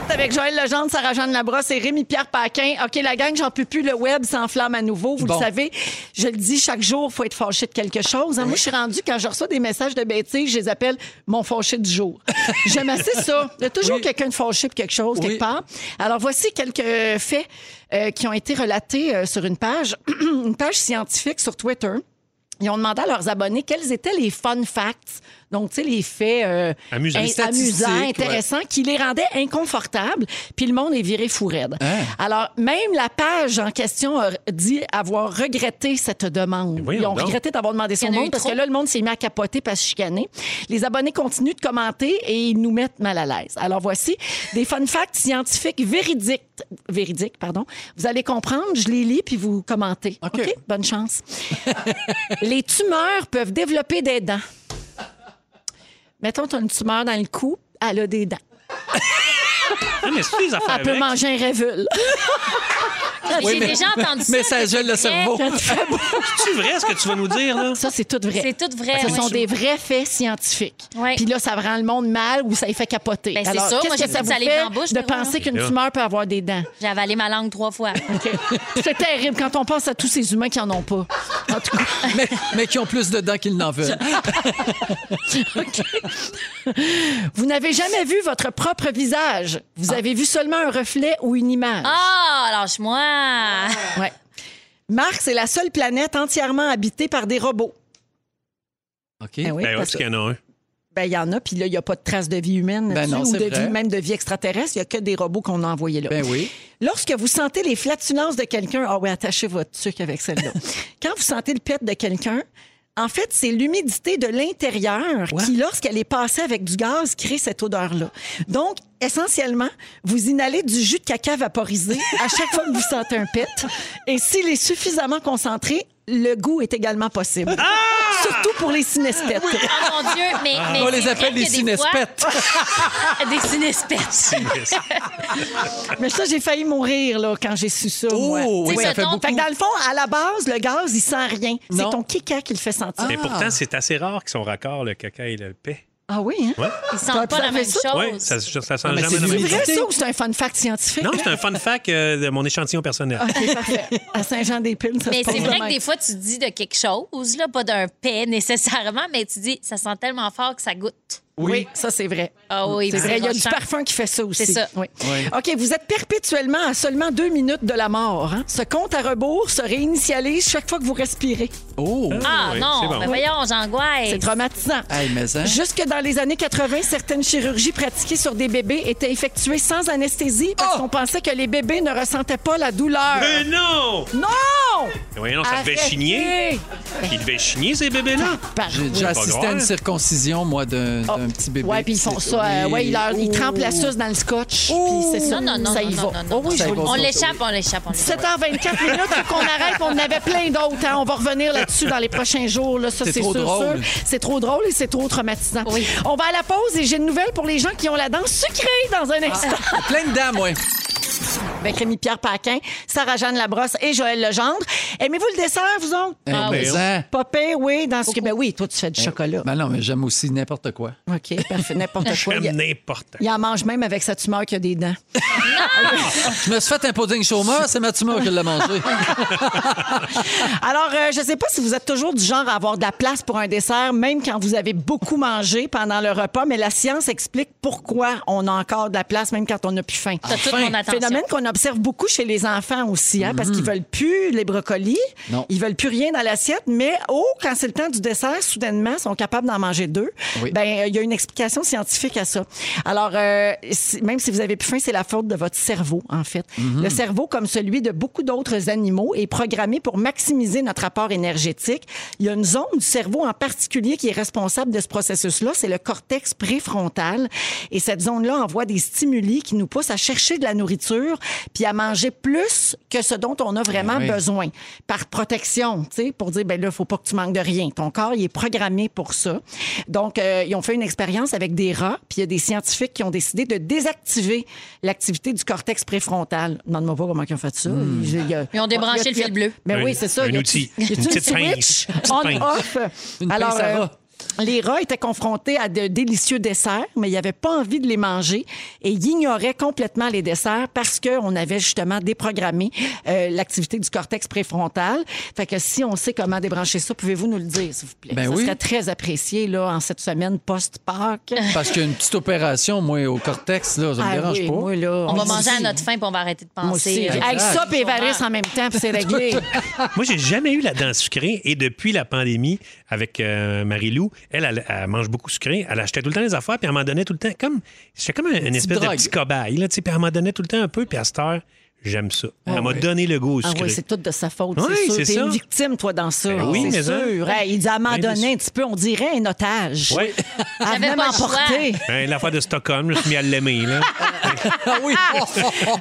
Speaker 1: Avec Joël Legendre, Sarah-Jeanne Labrosse et Rémi-Pierre Paquin. OK, la gang, j'en peux plus. Le web s'enflamme à nouveau. Vous
Speaker 3: Bon.
Speaker 1: le savez, je le dis chaque jour, faut être fâché de quelque chose. hein. Moi, je suis rendue, quand je reçois des messages de bêtises, je les appelle mon fâché du jour. J'aime assez ça. Il y a toujours
Speaker 3: Oui.
Speaker 1: quelqu'un de fâché pour quelque chose,
Speaker 3: Oui.
Speaker 1: quelque part. Alors, voici quelques faits euh, qui ont été relatés euh, sur une page, une page scientifique sur Twitter. Ils ont demandé à leurs abonnés quels étaient les fun facts, donc tu sais les faits euh,
Speaker 2: Amusants.
Speaker 1: in-
Speaker 3: Statistiques,
Speaker 1: amusants,
Speaker 3: ouais.
Speaker 1: intéressants, qui les rendaient inconfortables. Puis le monde est viré fou raide.
Speaker 3: Hein?
Speaker 1: Alors même la page en question a dit avoir regretté cette demande.
Speaker 2: voyons
Speaker 1: Ils ont
Speaker 2: donc.
Speaker 1: regretté d'avoir demandé ça au
Speaker 4: Il y en a
Speaker 1: monde
Speaker 4: eu
Speaker 1: parce
Speaker 4: trop.
Speaker 1: que là le monde s'est mis à capoter parce se chicaner. Les abonnés continuent de commenter et ils nous mettent mal à l'aise. Alors voici des fun facts scientifiques véridiques, véridiques pardon. Vous allez comprendre, je les lis puis vous commentez.
Speaker 3: OK.
Speaker 1: OK, bonne chance. Les tumeurs peuvent développer des dents. Mettons, tu as une tumeur dans le cou, elle a des dents.
Speaker 2: Non, mais c'est des affaires
Speaker 1: Elle peut
Speaker 2: avec.
Speaker 1: manger un révul.
Speaker 4: J'ai déjà entendu ça.
Speaker 3: Mais ça
Speaker 4: c'est
Speaker 3: gèle le
Speaker 4: vrai.
Speaker 3: cerveau.
Speaker 2: C'est vrai ce que tu vas nous dire, là?
Speaker 1: Ça, c'est tout vrai.
Speaker 4: C'est tout vrai.
Speaker 1: Ce
Speaker 4: oui.
Speaker 1: sont des vrais faits scientifiques.
Speaker 4: Ouais.
Speaker 1: Puis là, ça rend le monde mal ou ça les fait capoter.
Speaker 4: Ben, c'est
Speaker 1: Alors,
Speaker 4: ça. Moi,
Speaker 1: qu'est-ce
Speaker 4: j'ai
Speaker 1: que ça
Speaker 4: dit
Speaker 1: vous
Speaker 4: ça les met
Speaker 1: fait
Speaker 4: en bouche,
Speaker 1: de
Speaker 4: mais
Speaker 1: penser qu'une
Speaker 2: Là.
Speaker 1: tumeur peut avoir des dents?
Speaker 4: J'ai avalé ma langue trois fois.
Speaker 1: C'est terrible quand on pense à tous ces humains qui en ont pas. En tout cas,
Speaker 3: mais, mais qui ont plus de dents qu'ils n'en veulent.
Speaker 1: vous n'avez jamais vu votre propre visage. Vous avez vu seulement un reflet ou une image.
Speaker 4: Ah, lâche-moi. Ah,
Speaker 1: Ouais. Mars est la seule planète entièrement habitée par des robots.
Speaker 3: OK.
Speaker 1: Ben oui,
Speaker 2: ben, ouais,
Speaker 1: parce
Speaker 2: parce qu'il y en a un.
Speaker 1: Ben, il y en a, puis là, il n'y a pas de traces de vie humaine
Speaker 3: Ben
Speaker 1: là-dessus,
Speaker 3: non,
Speaker 1: ou
Speaker 3: c'est
Speaker 1: de
Speaker 3: vrai.
Speaker 1: vie, même de vie extraterrestre. Il n'y a que des robots qu'on a envoyés là.
Speaker 3: Ben oui.
Speaker 1: Lorsque vous sentez les flatulences de quelqu'un, ah oui, attachez votre truc avec celle-là. Quand vous sentez le pet de quelqu'un, en fait, c'est l'humidité de l'intérieur
Speaker 3: Ouais.
Speaker 1: qui, lorsqu'elle est passée avec du gaz, crée cette odeur-là. Donc, essentiellement, vous inhalez du jus de caca vaporisé à chaque fois que vous sentez un pet. Et s'il est suffisamment concentré, le goût est également possible.
Speaker 3: Ah!
Speaker 1: Surtout pour les synesthètes.
Speaker 4: Oh mon Dieu. Mais,
Speaker 1: Ah.
Speaker 4: mais
Speaker 3: On
Speaker 4: c'est
Speaker 3: les
Speaker 4: vrai
Speaker 3: appelle
Speaker 4: que
Speaker 3: les
Speaker 4: des
Speaker 3: synespètes.
Speaker 4: fois- Des synespètes.
Speaker 1: Mais ça, j'ai failli mourir là, quand j'ai su ça. moi.
Speaker 3: Oh, oui,
Speaker 4: C'est
Speaker 3: ça
Speaker 4: ce
Speaker 3: fait
Speaker 4: dont-
Speaker 3: beaucoup.
Speaker 1: Fait que dans le fond, à la base, le gaz, il sent rien. C'est
Speaker 3: Non.
Speaker 1: ton kika qui le fait sentir.
Speaker 2: Mais pourtant, c'est assez rare qu'ils sont raccords, le caca et le paix.
Speaker 1: Ah oui, hein?
Speaker 2: Ouais.
Speaker 4: Ils
Speaker 1: T'as
Speaker 4: sentent pas la
Speaker 1: observé
Speaker 4: même
Speaker 1: ça?
Speaker 4: chose.
Speaker 2: Ouais, ça, ça, ça sent jamais
Speaker 3: mais c'est
Speaker 2: la
Speaker 1: C'est
Speaker 2: même
Speaker 3: du
Speaker 2: chose.
Speaker 1: vrai ça ou c'est un fun fact scientifique?
Speaker 2: Non, c'est un fun fact euh, de mon échantillon personnel.
Speaker 1: OK, parfait. À Saint-Jean-des-Piles, ça
Speaker 4: Mais
Speaker 1: se passe
Speaker 4: c'est
Speaker 1: de
Speaker 4: vrai
Speaker 1: même.
Speaker 4: que des fois, tu dis de quelque chose, là, pas d'un paix nécessairement, mais tu dis, ça sent tellement fort que ça goûte.
Speaker 1: Oui. ça, c'est vrai.
Speaker 4: Ah oui,
Speaker 1: C'est
Speaker 4: puis
Speaker 1: vrai, il y a du
Speaker 4: fâchant.
Speaker 1: parfum qui fait ça aussi.
Speaker 4: C'est ça.
Speaker 1: Oui.
Speaker 3: Oui.
Speaker 1: OK, vous êtes perpétuellement à seulement deux minutes de la mort. hein. Ce compte à rebours se réinitialise chaque fois que vous respirez.
Speaker 3: Oh.
Speaker 4: Ah
Speaker 2: Oui, c'est
Speaker 4: non,
Speaker 2: bon.
Speaker 4: ben voyons, j'angoisse.
Speaker 1: C'est traumatisant.
Speaker 3: Hey, mais hein.
Speaker 1: Jusque dans les années 80, certaines chirurgies pratiquées sur des bébés étaient effectuées sans anesthésie parce
Speaker 3: Oh!
Speaker 1: qu'on pensait que les bébés ne ressentaient pas la douleur.
Speaker 2: Mais non!
Speaker 1: Non!
Speaker 2: Mais voyons, ça devait
Speaker 1: Arrêtez!
Speaker 2: chigner. Ils devaient chigner, ces bébés-là.
Speaker 1: Par-
Speaker 3: J'ai
Speaker 1: oui.
Speaker 3: déjà
Speaker 2: pas
Speaker 3: assisté
Speaker 2: grave.
Speaker 3: à une circoncision, moi, d'un d'un petit bébé.
Speaker 1: Oh. Ouais, puis ils font ça. euh, ouais, ils, leur- ils trempent la suce dans le scotch. Puis c'est ça.
Speaker 4: Non, non, non,
Speaker 1: ça
Speaker 4: non,
Speaker 1: y
Speaker 4: non,
Speaker 1: va.
Speaker 4: non, non,
Speaker 1: Oh oui,
Speaker 4: non.
Speaker 1: je vous le
Speaker 3: va.
Speaker 4: On
Speaker 1: dis.
Speaker 4: l'échappe, on l'échappe, on l'échappe.
Speaker 1: 7h24 minutes, faut qu'on arrête. On en avait plein d'autres. hein. On va revenir là-dessus dans les prochains jours. Là. Ça,
Speaker 3: C'est
Speaker 1: c'est
Speaker 3: trop
Speaker 1: sûr,
Speaker 3: drôle.
Speaker 1: sûr. C'est trop drôle et c'est trop traumatisant.
Speaker 4: Oui.
Speaker 1: On va à la pause et j'ai une nouvelle pour les gens qui ont la dent sucrée dans un instant.
Speaker 4: Ah.
Speaker 3: Oh, Plein de dames, ouais.
Speaker 1: Avec Rémi-Pierre Paquin, Sarah-Jeanne Labrosse et Joël Legendre. Aimez-vous le dessert, vous autres?
Speaker 3: Hey,
Speaker 4: Ah,
Speaker 3: mais
Speaker 2: oui.
Speaker 3: hein.
Speaker 1: Popé, oui. Dans ce que... Ben oui, toi, tu fais du chocolat.
Speaker 3: Ben non, mais j'aime aussi n'importe quoi.
Speaker 1: OK, parfait. N'importe quoi.
Speaker 2: Comme
Speaker 1: Il-
Speaker 2: n'importe quoi.
Speaker 1: Il en mange même avec sa tumeur qui a des dents.
Speaker 3: Je me suis fait un pudding chômeur, c'est Matuma qui l'a mangé.
Speaker 1: Alors, euh, je ne sais pas si vous êtes toujours du genre à avoir de la place pour un dessert, même quand vous avez beaucoup mangé pendant le repas, mais la science explique pourquoi on a encore de la place, même quand on n'a plus faim.
Speaker 4: T'as toute
Speaker 3: Enfin,
Speaker 4: mon attention.
Speaker 1: Phénomène qu'on observe beaucoup chez les enfants aussi, hein, parce qu'ils veulent plus les brocolis,
Speaker 3: Mm-hmm. Non.
Speaker 1: ils veulent plus rien dans l'assiette, mais oh, quand c'est le temps du dessert, soudainement, ils sont capables d'en manger deux.
Speaker 3: Oui.
Speaker 1: Ben, euh, il y a une explication scientifique à ça. Alors, euh, si- même si vous avez plus faim, c'est la faute de votre cerveau, en fait.
Speaker 3: Mm-hmm.
Speaker 1: Le cerveau, comme celui de beaucoup d'autres animaux, est programmé pour maximiser notre apport énergétique. Il y a une zone du cerveau en particulier qui est responsable de ce processus-là, c'est le cortex préfrontal. Et cette zone-là envoie des stimuli qui nous poussent à chercher de la nourriture puis à manger plus que ce dont on a vraiment
Speaker 2: Eh
Speaker 3: oui.
Speaker 1: besoin besoin, par protection, tu sais, pour dire, ben là, faut pas que tu manques de rien. Ton corps, il est programmé pour ça. Donc, euh, ils ont fait une expérience avec des rats, puis il y a des scientifiques qui ont décidé de désactiver l'activité du cortex préfrontal. Demande-moi pas comment ils ont fait ça. Ils, il y a-
Speaker 4: Ils ont débranché
Speaker 1: il y a-
Speaker 4: le fil bleu.
Speaker 1: Mais
Speaker 2: Hmm. Un-
Speaker 1: oui, c'est ça.
Speaker 2: un
Speaker 1: Il y a-
Speaker 2: outil.
Speaker 1: il Y a
Speaker 2: Une
Speaker 1: une
Speaker 2: petite pince.
Speaker 1: switch
Speaker 2: Une petite pince.
Speaker 1: on-off?
Speaker 3: Une pince à
Speaker 1: euh,
Speaker 3: rat.
Speaker 1: les rats étaient confrontés à de délicieux desserts, mais ils n'avaient pas envie de les manger et ils ignoraient complètement les desserts parce qu'on avait justement déprogrammé euh, l'activité du cortex préfrontal. Fait que si on sait comment débrancher ça, pouvez-vous nous le dire, s'il vous plaît?
Speaker 3: Ben
Speaker 1: ça
Speaker 3: oui.
Speaker 1: serait très apprécié là, en cette semaine post-Pâques.
Speaker 3: Parce qu'il y a une petite opération, moi, au cortex, là, ça me
Speaker 1: Ah
Speaker 3: dérange
Speaker 1: oui,
Speaker 3: pas.
Speaker 1: moi, là,
Speaker 4: On va
Speaker 1: dit-
Speaker 4: manger à notre faim, puis on va arrêter de
Speaker 1: Moi aussi.
Speaker 4: penser. euh,
Speaker 1: Avec ça, puis Évariste en même temps, puis c'est réglé.
Speaker 2: Moi, j'ai jamais eu la dent sucrée. Et depuis la pandémie, avec euh, Marie-Lou, elle, elle, elle mange beaucoup sucré. Elle achetait tout le temps les affaires, puis elle m'en donnait tout le temps. Comme, j'étais comme un- une espèce de
Speaker 3: drogue.
Speaker 2: petit cobaye, là, tu sais. Puis elle m'en donnait tout le temps un peu, puis à cette heure, j'aime ça. Elle m'a
Speaker 1: ouais.
Speaker 2: donné le goût au
Speaker 1: Ah
Speaker 2: sucré.
Speaker 1: oui, c'est tout de sa faute,
Speaker 2: Oui,
Speaker 1: c'est sûr.
Speaker 2: c'est
Speaker 1: T'es
Speaker 2: ça.
Speaker 1: une victime, toi, dans ça.
Speaker 2: Ben oui,
Speaker 1: c'est
Speaker 2: mais ça.
Speaker 1: sûr. Hey, il dit à un moment
Speaker 2: Bien
Speaker 1: donné,
Speaker 2: sûr.
Speaker 1: un petit peu, on dirait un otage.
Speaker 2: Ouais.
Speaker 1: Elle venait
Speaker 4: J'avais pas le
Speaker 1: m'emporter.
Speaker 2: Ben, L'affaire de Stockholm, je me suis mis à l'aimer. là.
Speaker 3: Ah oui.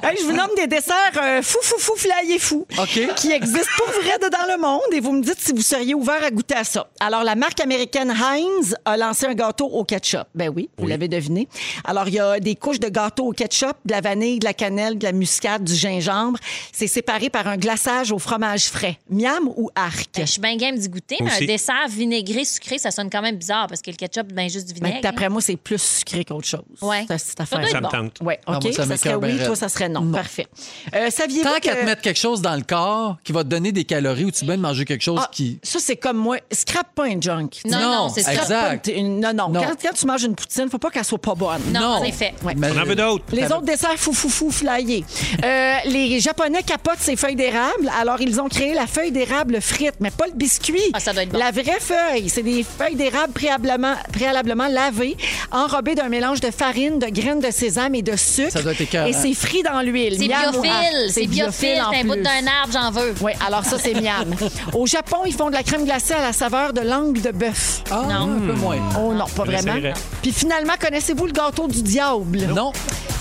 Speaker 1: Hey, je vous nomme des desserts euh, fou, fou, fou, flyés fou.
Speaker 3: OK.
Speaker 1: Qui existent pour vrai de dans le monde. Et vous me dites si vous seriez ouvert à goûter à ça. Alors, la marque américaine Heinz a lancé un gâteau au ketchup. Ben oui, vous l'avez deviné. Alors, il y a des couches de gâteau au ketchup, de la vanille, de la cannelle, de la muscade, du gingembre. C'est séparé par un glaçage au fromage frais. Miam ou arc?
Speaker 4: Ben, Je suis bien game d'y goûter, mais
Speaker 2: Aussi.
Speaker 4: un dessert vinaigré sucré, ça sonne quand même bizarre parce que le ketchup, ben juste du
Speaker 1: Mais
Speaker 4: vinaigre.
Speaker 1: d'après moi, c'est plus sucré qu'autre chose.
Speaker 4: Ouais.
Speaker 1: Ça, C'est
Speaker 4: Ça
Speaker 1: affaire.
Speaker 4: doit être
Speaker 2: Ça me tente.
Speaker 1: Ouais,
Speaker 3: Ah,
Speaker 1: OK.
Speaker 3: moi, ça
Speaker 1: ça serait
Speaker 3: m'écoeure bien
Speaker 1: oui,
Speaker 3: raide.
Speaker 1: toi, ça serait non. Parfait. Euh, Saviez-vous
Speaker 3: Tant
Speaker 1: que...
Speaker 3: qu'à te mettre quelque chose dans le corps qui va te donner des calories ou tu bien de manger quelque chose
Speaker 1: Ah,
Speaker 3: qui.
Speaker 1: Ça, c'est comme moi. Scrap pas un junk. tu
Speaker 4: Non,
Speaker 3: Non,
Speaker 4: non, c'est
Speaker 1: sais.
Speaker 4: ça.
Speaker 1: Scrape
Speaker 3: exact.
Speaker 1: pas une- Non, non.
Speaker 3: Non.
Speaker 1: Quand, quand tu manges une poutine, faut pas qu'elle soit pas bonne.
Speaker 4: Non,
Speaker 3: Non.
Speaker 4: en effet.
Speaker 1: Ouais.
Speaker 3: Mais-
Speaker 2: On en veut d'autres.
Speaker 1: Les autres desserts fou fou fou flyés. Euh, les Japonais capotent ces feuilles d'érable. Alors ils ont créé la feuille d'érable frite, mais pas le biscuit.
Speaker 4: Ah, ça doit être bon.
Speaker 1: La vraie feuille, c'est des feuilles d'érable préalablement, préalablement lavées, enrobées d'un mélange de farine, de graines de sésame et de sucre.
Speaker 3: Ça doit être écœurant.
Speaker 1: Et c'est frit dans l'huile.
Speaker 4: C'est
Speaker 1: Miam ou
Speaker 4: biophile,
Speaker 1: art.
Speaker 4: c'est biophile.
Speaker 1: Ah, en
Speaker 4: T'as un bout
Speaker 1: plus.
Speaker 4: d'un arbre, j'en veux.
Speaker 1: Oui, alors ça, c'est miam. Au Japon, ils font de la crème glacée à la saveur de langue de bœuf.
Speaker 3: Ah,
Speaker 4: Non.
Speaker 3: un peu moins.
Speaker 1: Oh non, pas
Speaker 2: Je l'essayerai.
Speaker 1: vraiment. Puis finalement, connaissez-vous le gâteau du diable?
Speaker 3: Non.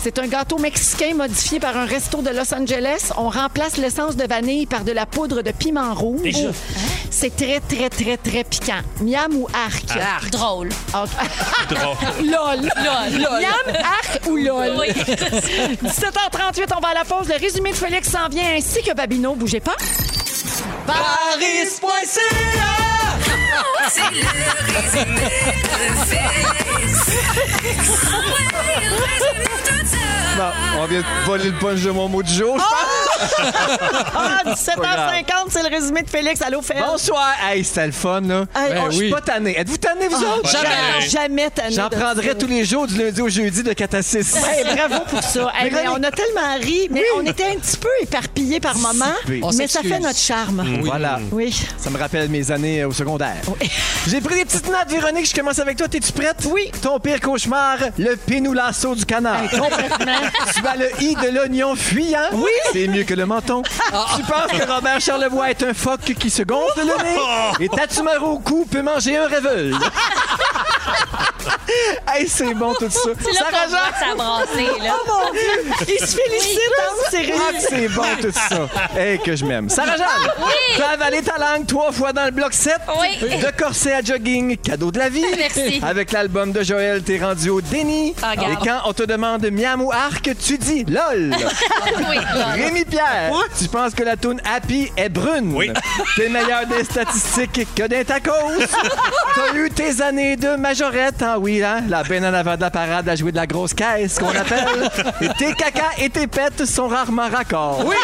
Speaker 1: C'est un gâteau mexicain modifié par un resto de Los Angeles. On remplace l'essence de vanille par de la poudre de piment rouge.
Speaker 2: Déjà.
Speaker 1: C'est très, très, très, très piquant. Miam ou arc?
Speaker 4: Drôle.
Speaker 1: Ah,
Speaker 2: Drôle.
Speaker 1: LOL.
Speaker 4: Lol.
Speaker 1: Miam, arc ou LOL?
Speaker 4: Oui.
Speaker 1: 17h38, on va à la pause. Le résumé de Félix s'en vient ainsi que Babino. Bougez pas.
Speaker 5: Paris.ca
Speaker 6: C'est le résumé de Félix. Ouais, il résume tout ça.
Speaker 7: Ah, on vient de voler le punch de mon mot du jour. je pense.
Speaker 1: Ah,
Speaker 7: grave.
Speaker 1: 17h50, c'est le résumé de Félix. Allô, Félix?
Speaker 7: Bonsoir. Hey, c'était le fun, là.
Speaker 1: Hey,
Speaker 7: Ben
Speaker 1: oh,
Speaker 7: je suis
Speaker 3: oui.
Speaker 7: pas tanné. Êtes-vous tanné, vous autres?
Speaker 1: Jamais,
Speaker 2: Jamais.
Speaker 1: jamais tanné
Speaker 7: J'en
Speaker 1: de
Speaker 7: prendrais
Speaker 1: ça.
Speaker 7: tous les jours, du lundi au jeudi, de 4 à 6.
Speaker 1: Hey, bravo pour ça. Hey, mais on a tellement ri, mais on était un petit peu éparpillés par moment,
Speaker 7: On
Speaker 1: mais ça
Speaker 3: s'excuse.
Speaker 1: fait notre charme.
Speaker 7: ben, Voilà.
Speaker 1: Oui.
Speaker 7: Ça me rappelle mes années euh, au secondaire. J'ai pris des petites notes, Véronique. Je commence avec toi. T'es-tu prête? Oui. Ton pire cauchemar, le pinou lasso du canard. tu as le i de l'oignon fuyant. Oui. Ah. C'est mieux que le menton. Tu penses que Robert Charlevoix est un phoque qui se gonfle le nez? Et ta tumeur au cou peut manger un réveil. hey, c'est bon tout ça.
Speaker 4: C'est là qu'on
Speaker 7: Sarah
Speaker 4: voit
Speaker 7: Jeanne,
Speaker 4: que ça a brassé, là.
Speaker 1: Il se félicite, hein, c'est
Speaker 7: ah,
Speaker 1: réussi.
Speaker 7: c'est bon tout ça. Hey, que je m'aime. Sarah Jeanne, tu as avalé ta langue trois fois dans le bloc 7.
Speaker 4: Ah, Oui.
Speaker 7: De corset à jogging, cadeau de la vie.
Speaker 4: Merci.
Speaker 7: Avec l'album de Joël, t'es rendu au déni.
Speaker 4: Ah,
Speaker 7: Et
Speaker 4: garde.
Speaker 7: quand on te demande miam ou arc, tu dis lol.
Speaker 4: Oui, là.
Speaker 7: Rémi Pierre, tu penses que la toune Happy est brune.
Speaker 2: Oui.
Speaker 7: T'es meilleur des statistiques que des tacos. T'as eu tes années de majorette, hein, oui, hein, la peine en avant de la parade à jouer de la grosse caisse, qu'on appelle. Et tes cacas et tes pets sont rarement raccords. Oui!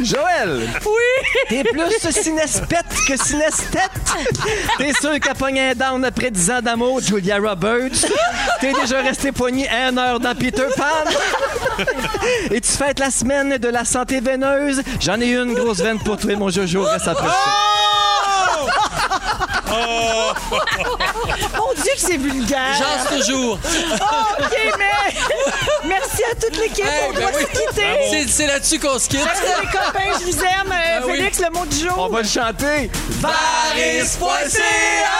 Speaker 7: Joël! Oui! T'es plus synestète que synesthète. T'es sûr qu'à pogner un down après 10 ans d'amour, Julia Roberts. T'es déjà resté poigné une heure dans Peter Pan. Et tu fêtes la semaine de la santé veineuse. J'en ai une grosse veine pour toi, mon Jojo. Reste approché.
Speaker 1: Mon Dieu, que c'est vulgaire.
Speaker 3: J'en suis toujours.
Speaker 1: Oh, OK, mais merci à toute l'équipe.
Speaker 3: Hey,
Speaker 1: on
Speaker 3: ben
Speaker 1: doit
Speaker 3: oui.
Speaker 1: se quitter.
Speaker 3: C'est- C'est là-dessus qu'on se quitte.
Speaker 1: Merci les copains, je vous aime. Euh,
Speaker 3: Ben oui.
Speaker 1: Félix, le mot du jour.
Speaker 7: On va le chanter.
Speaker 5: Paris.ca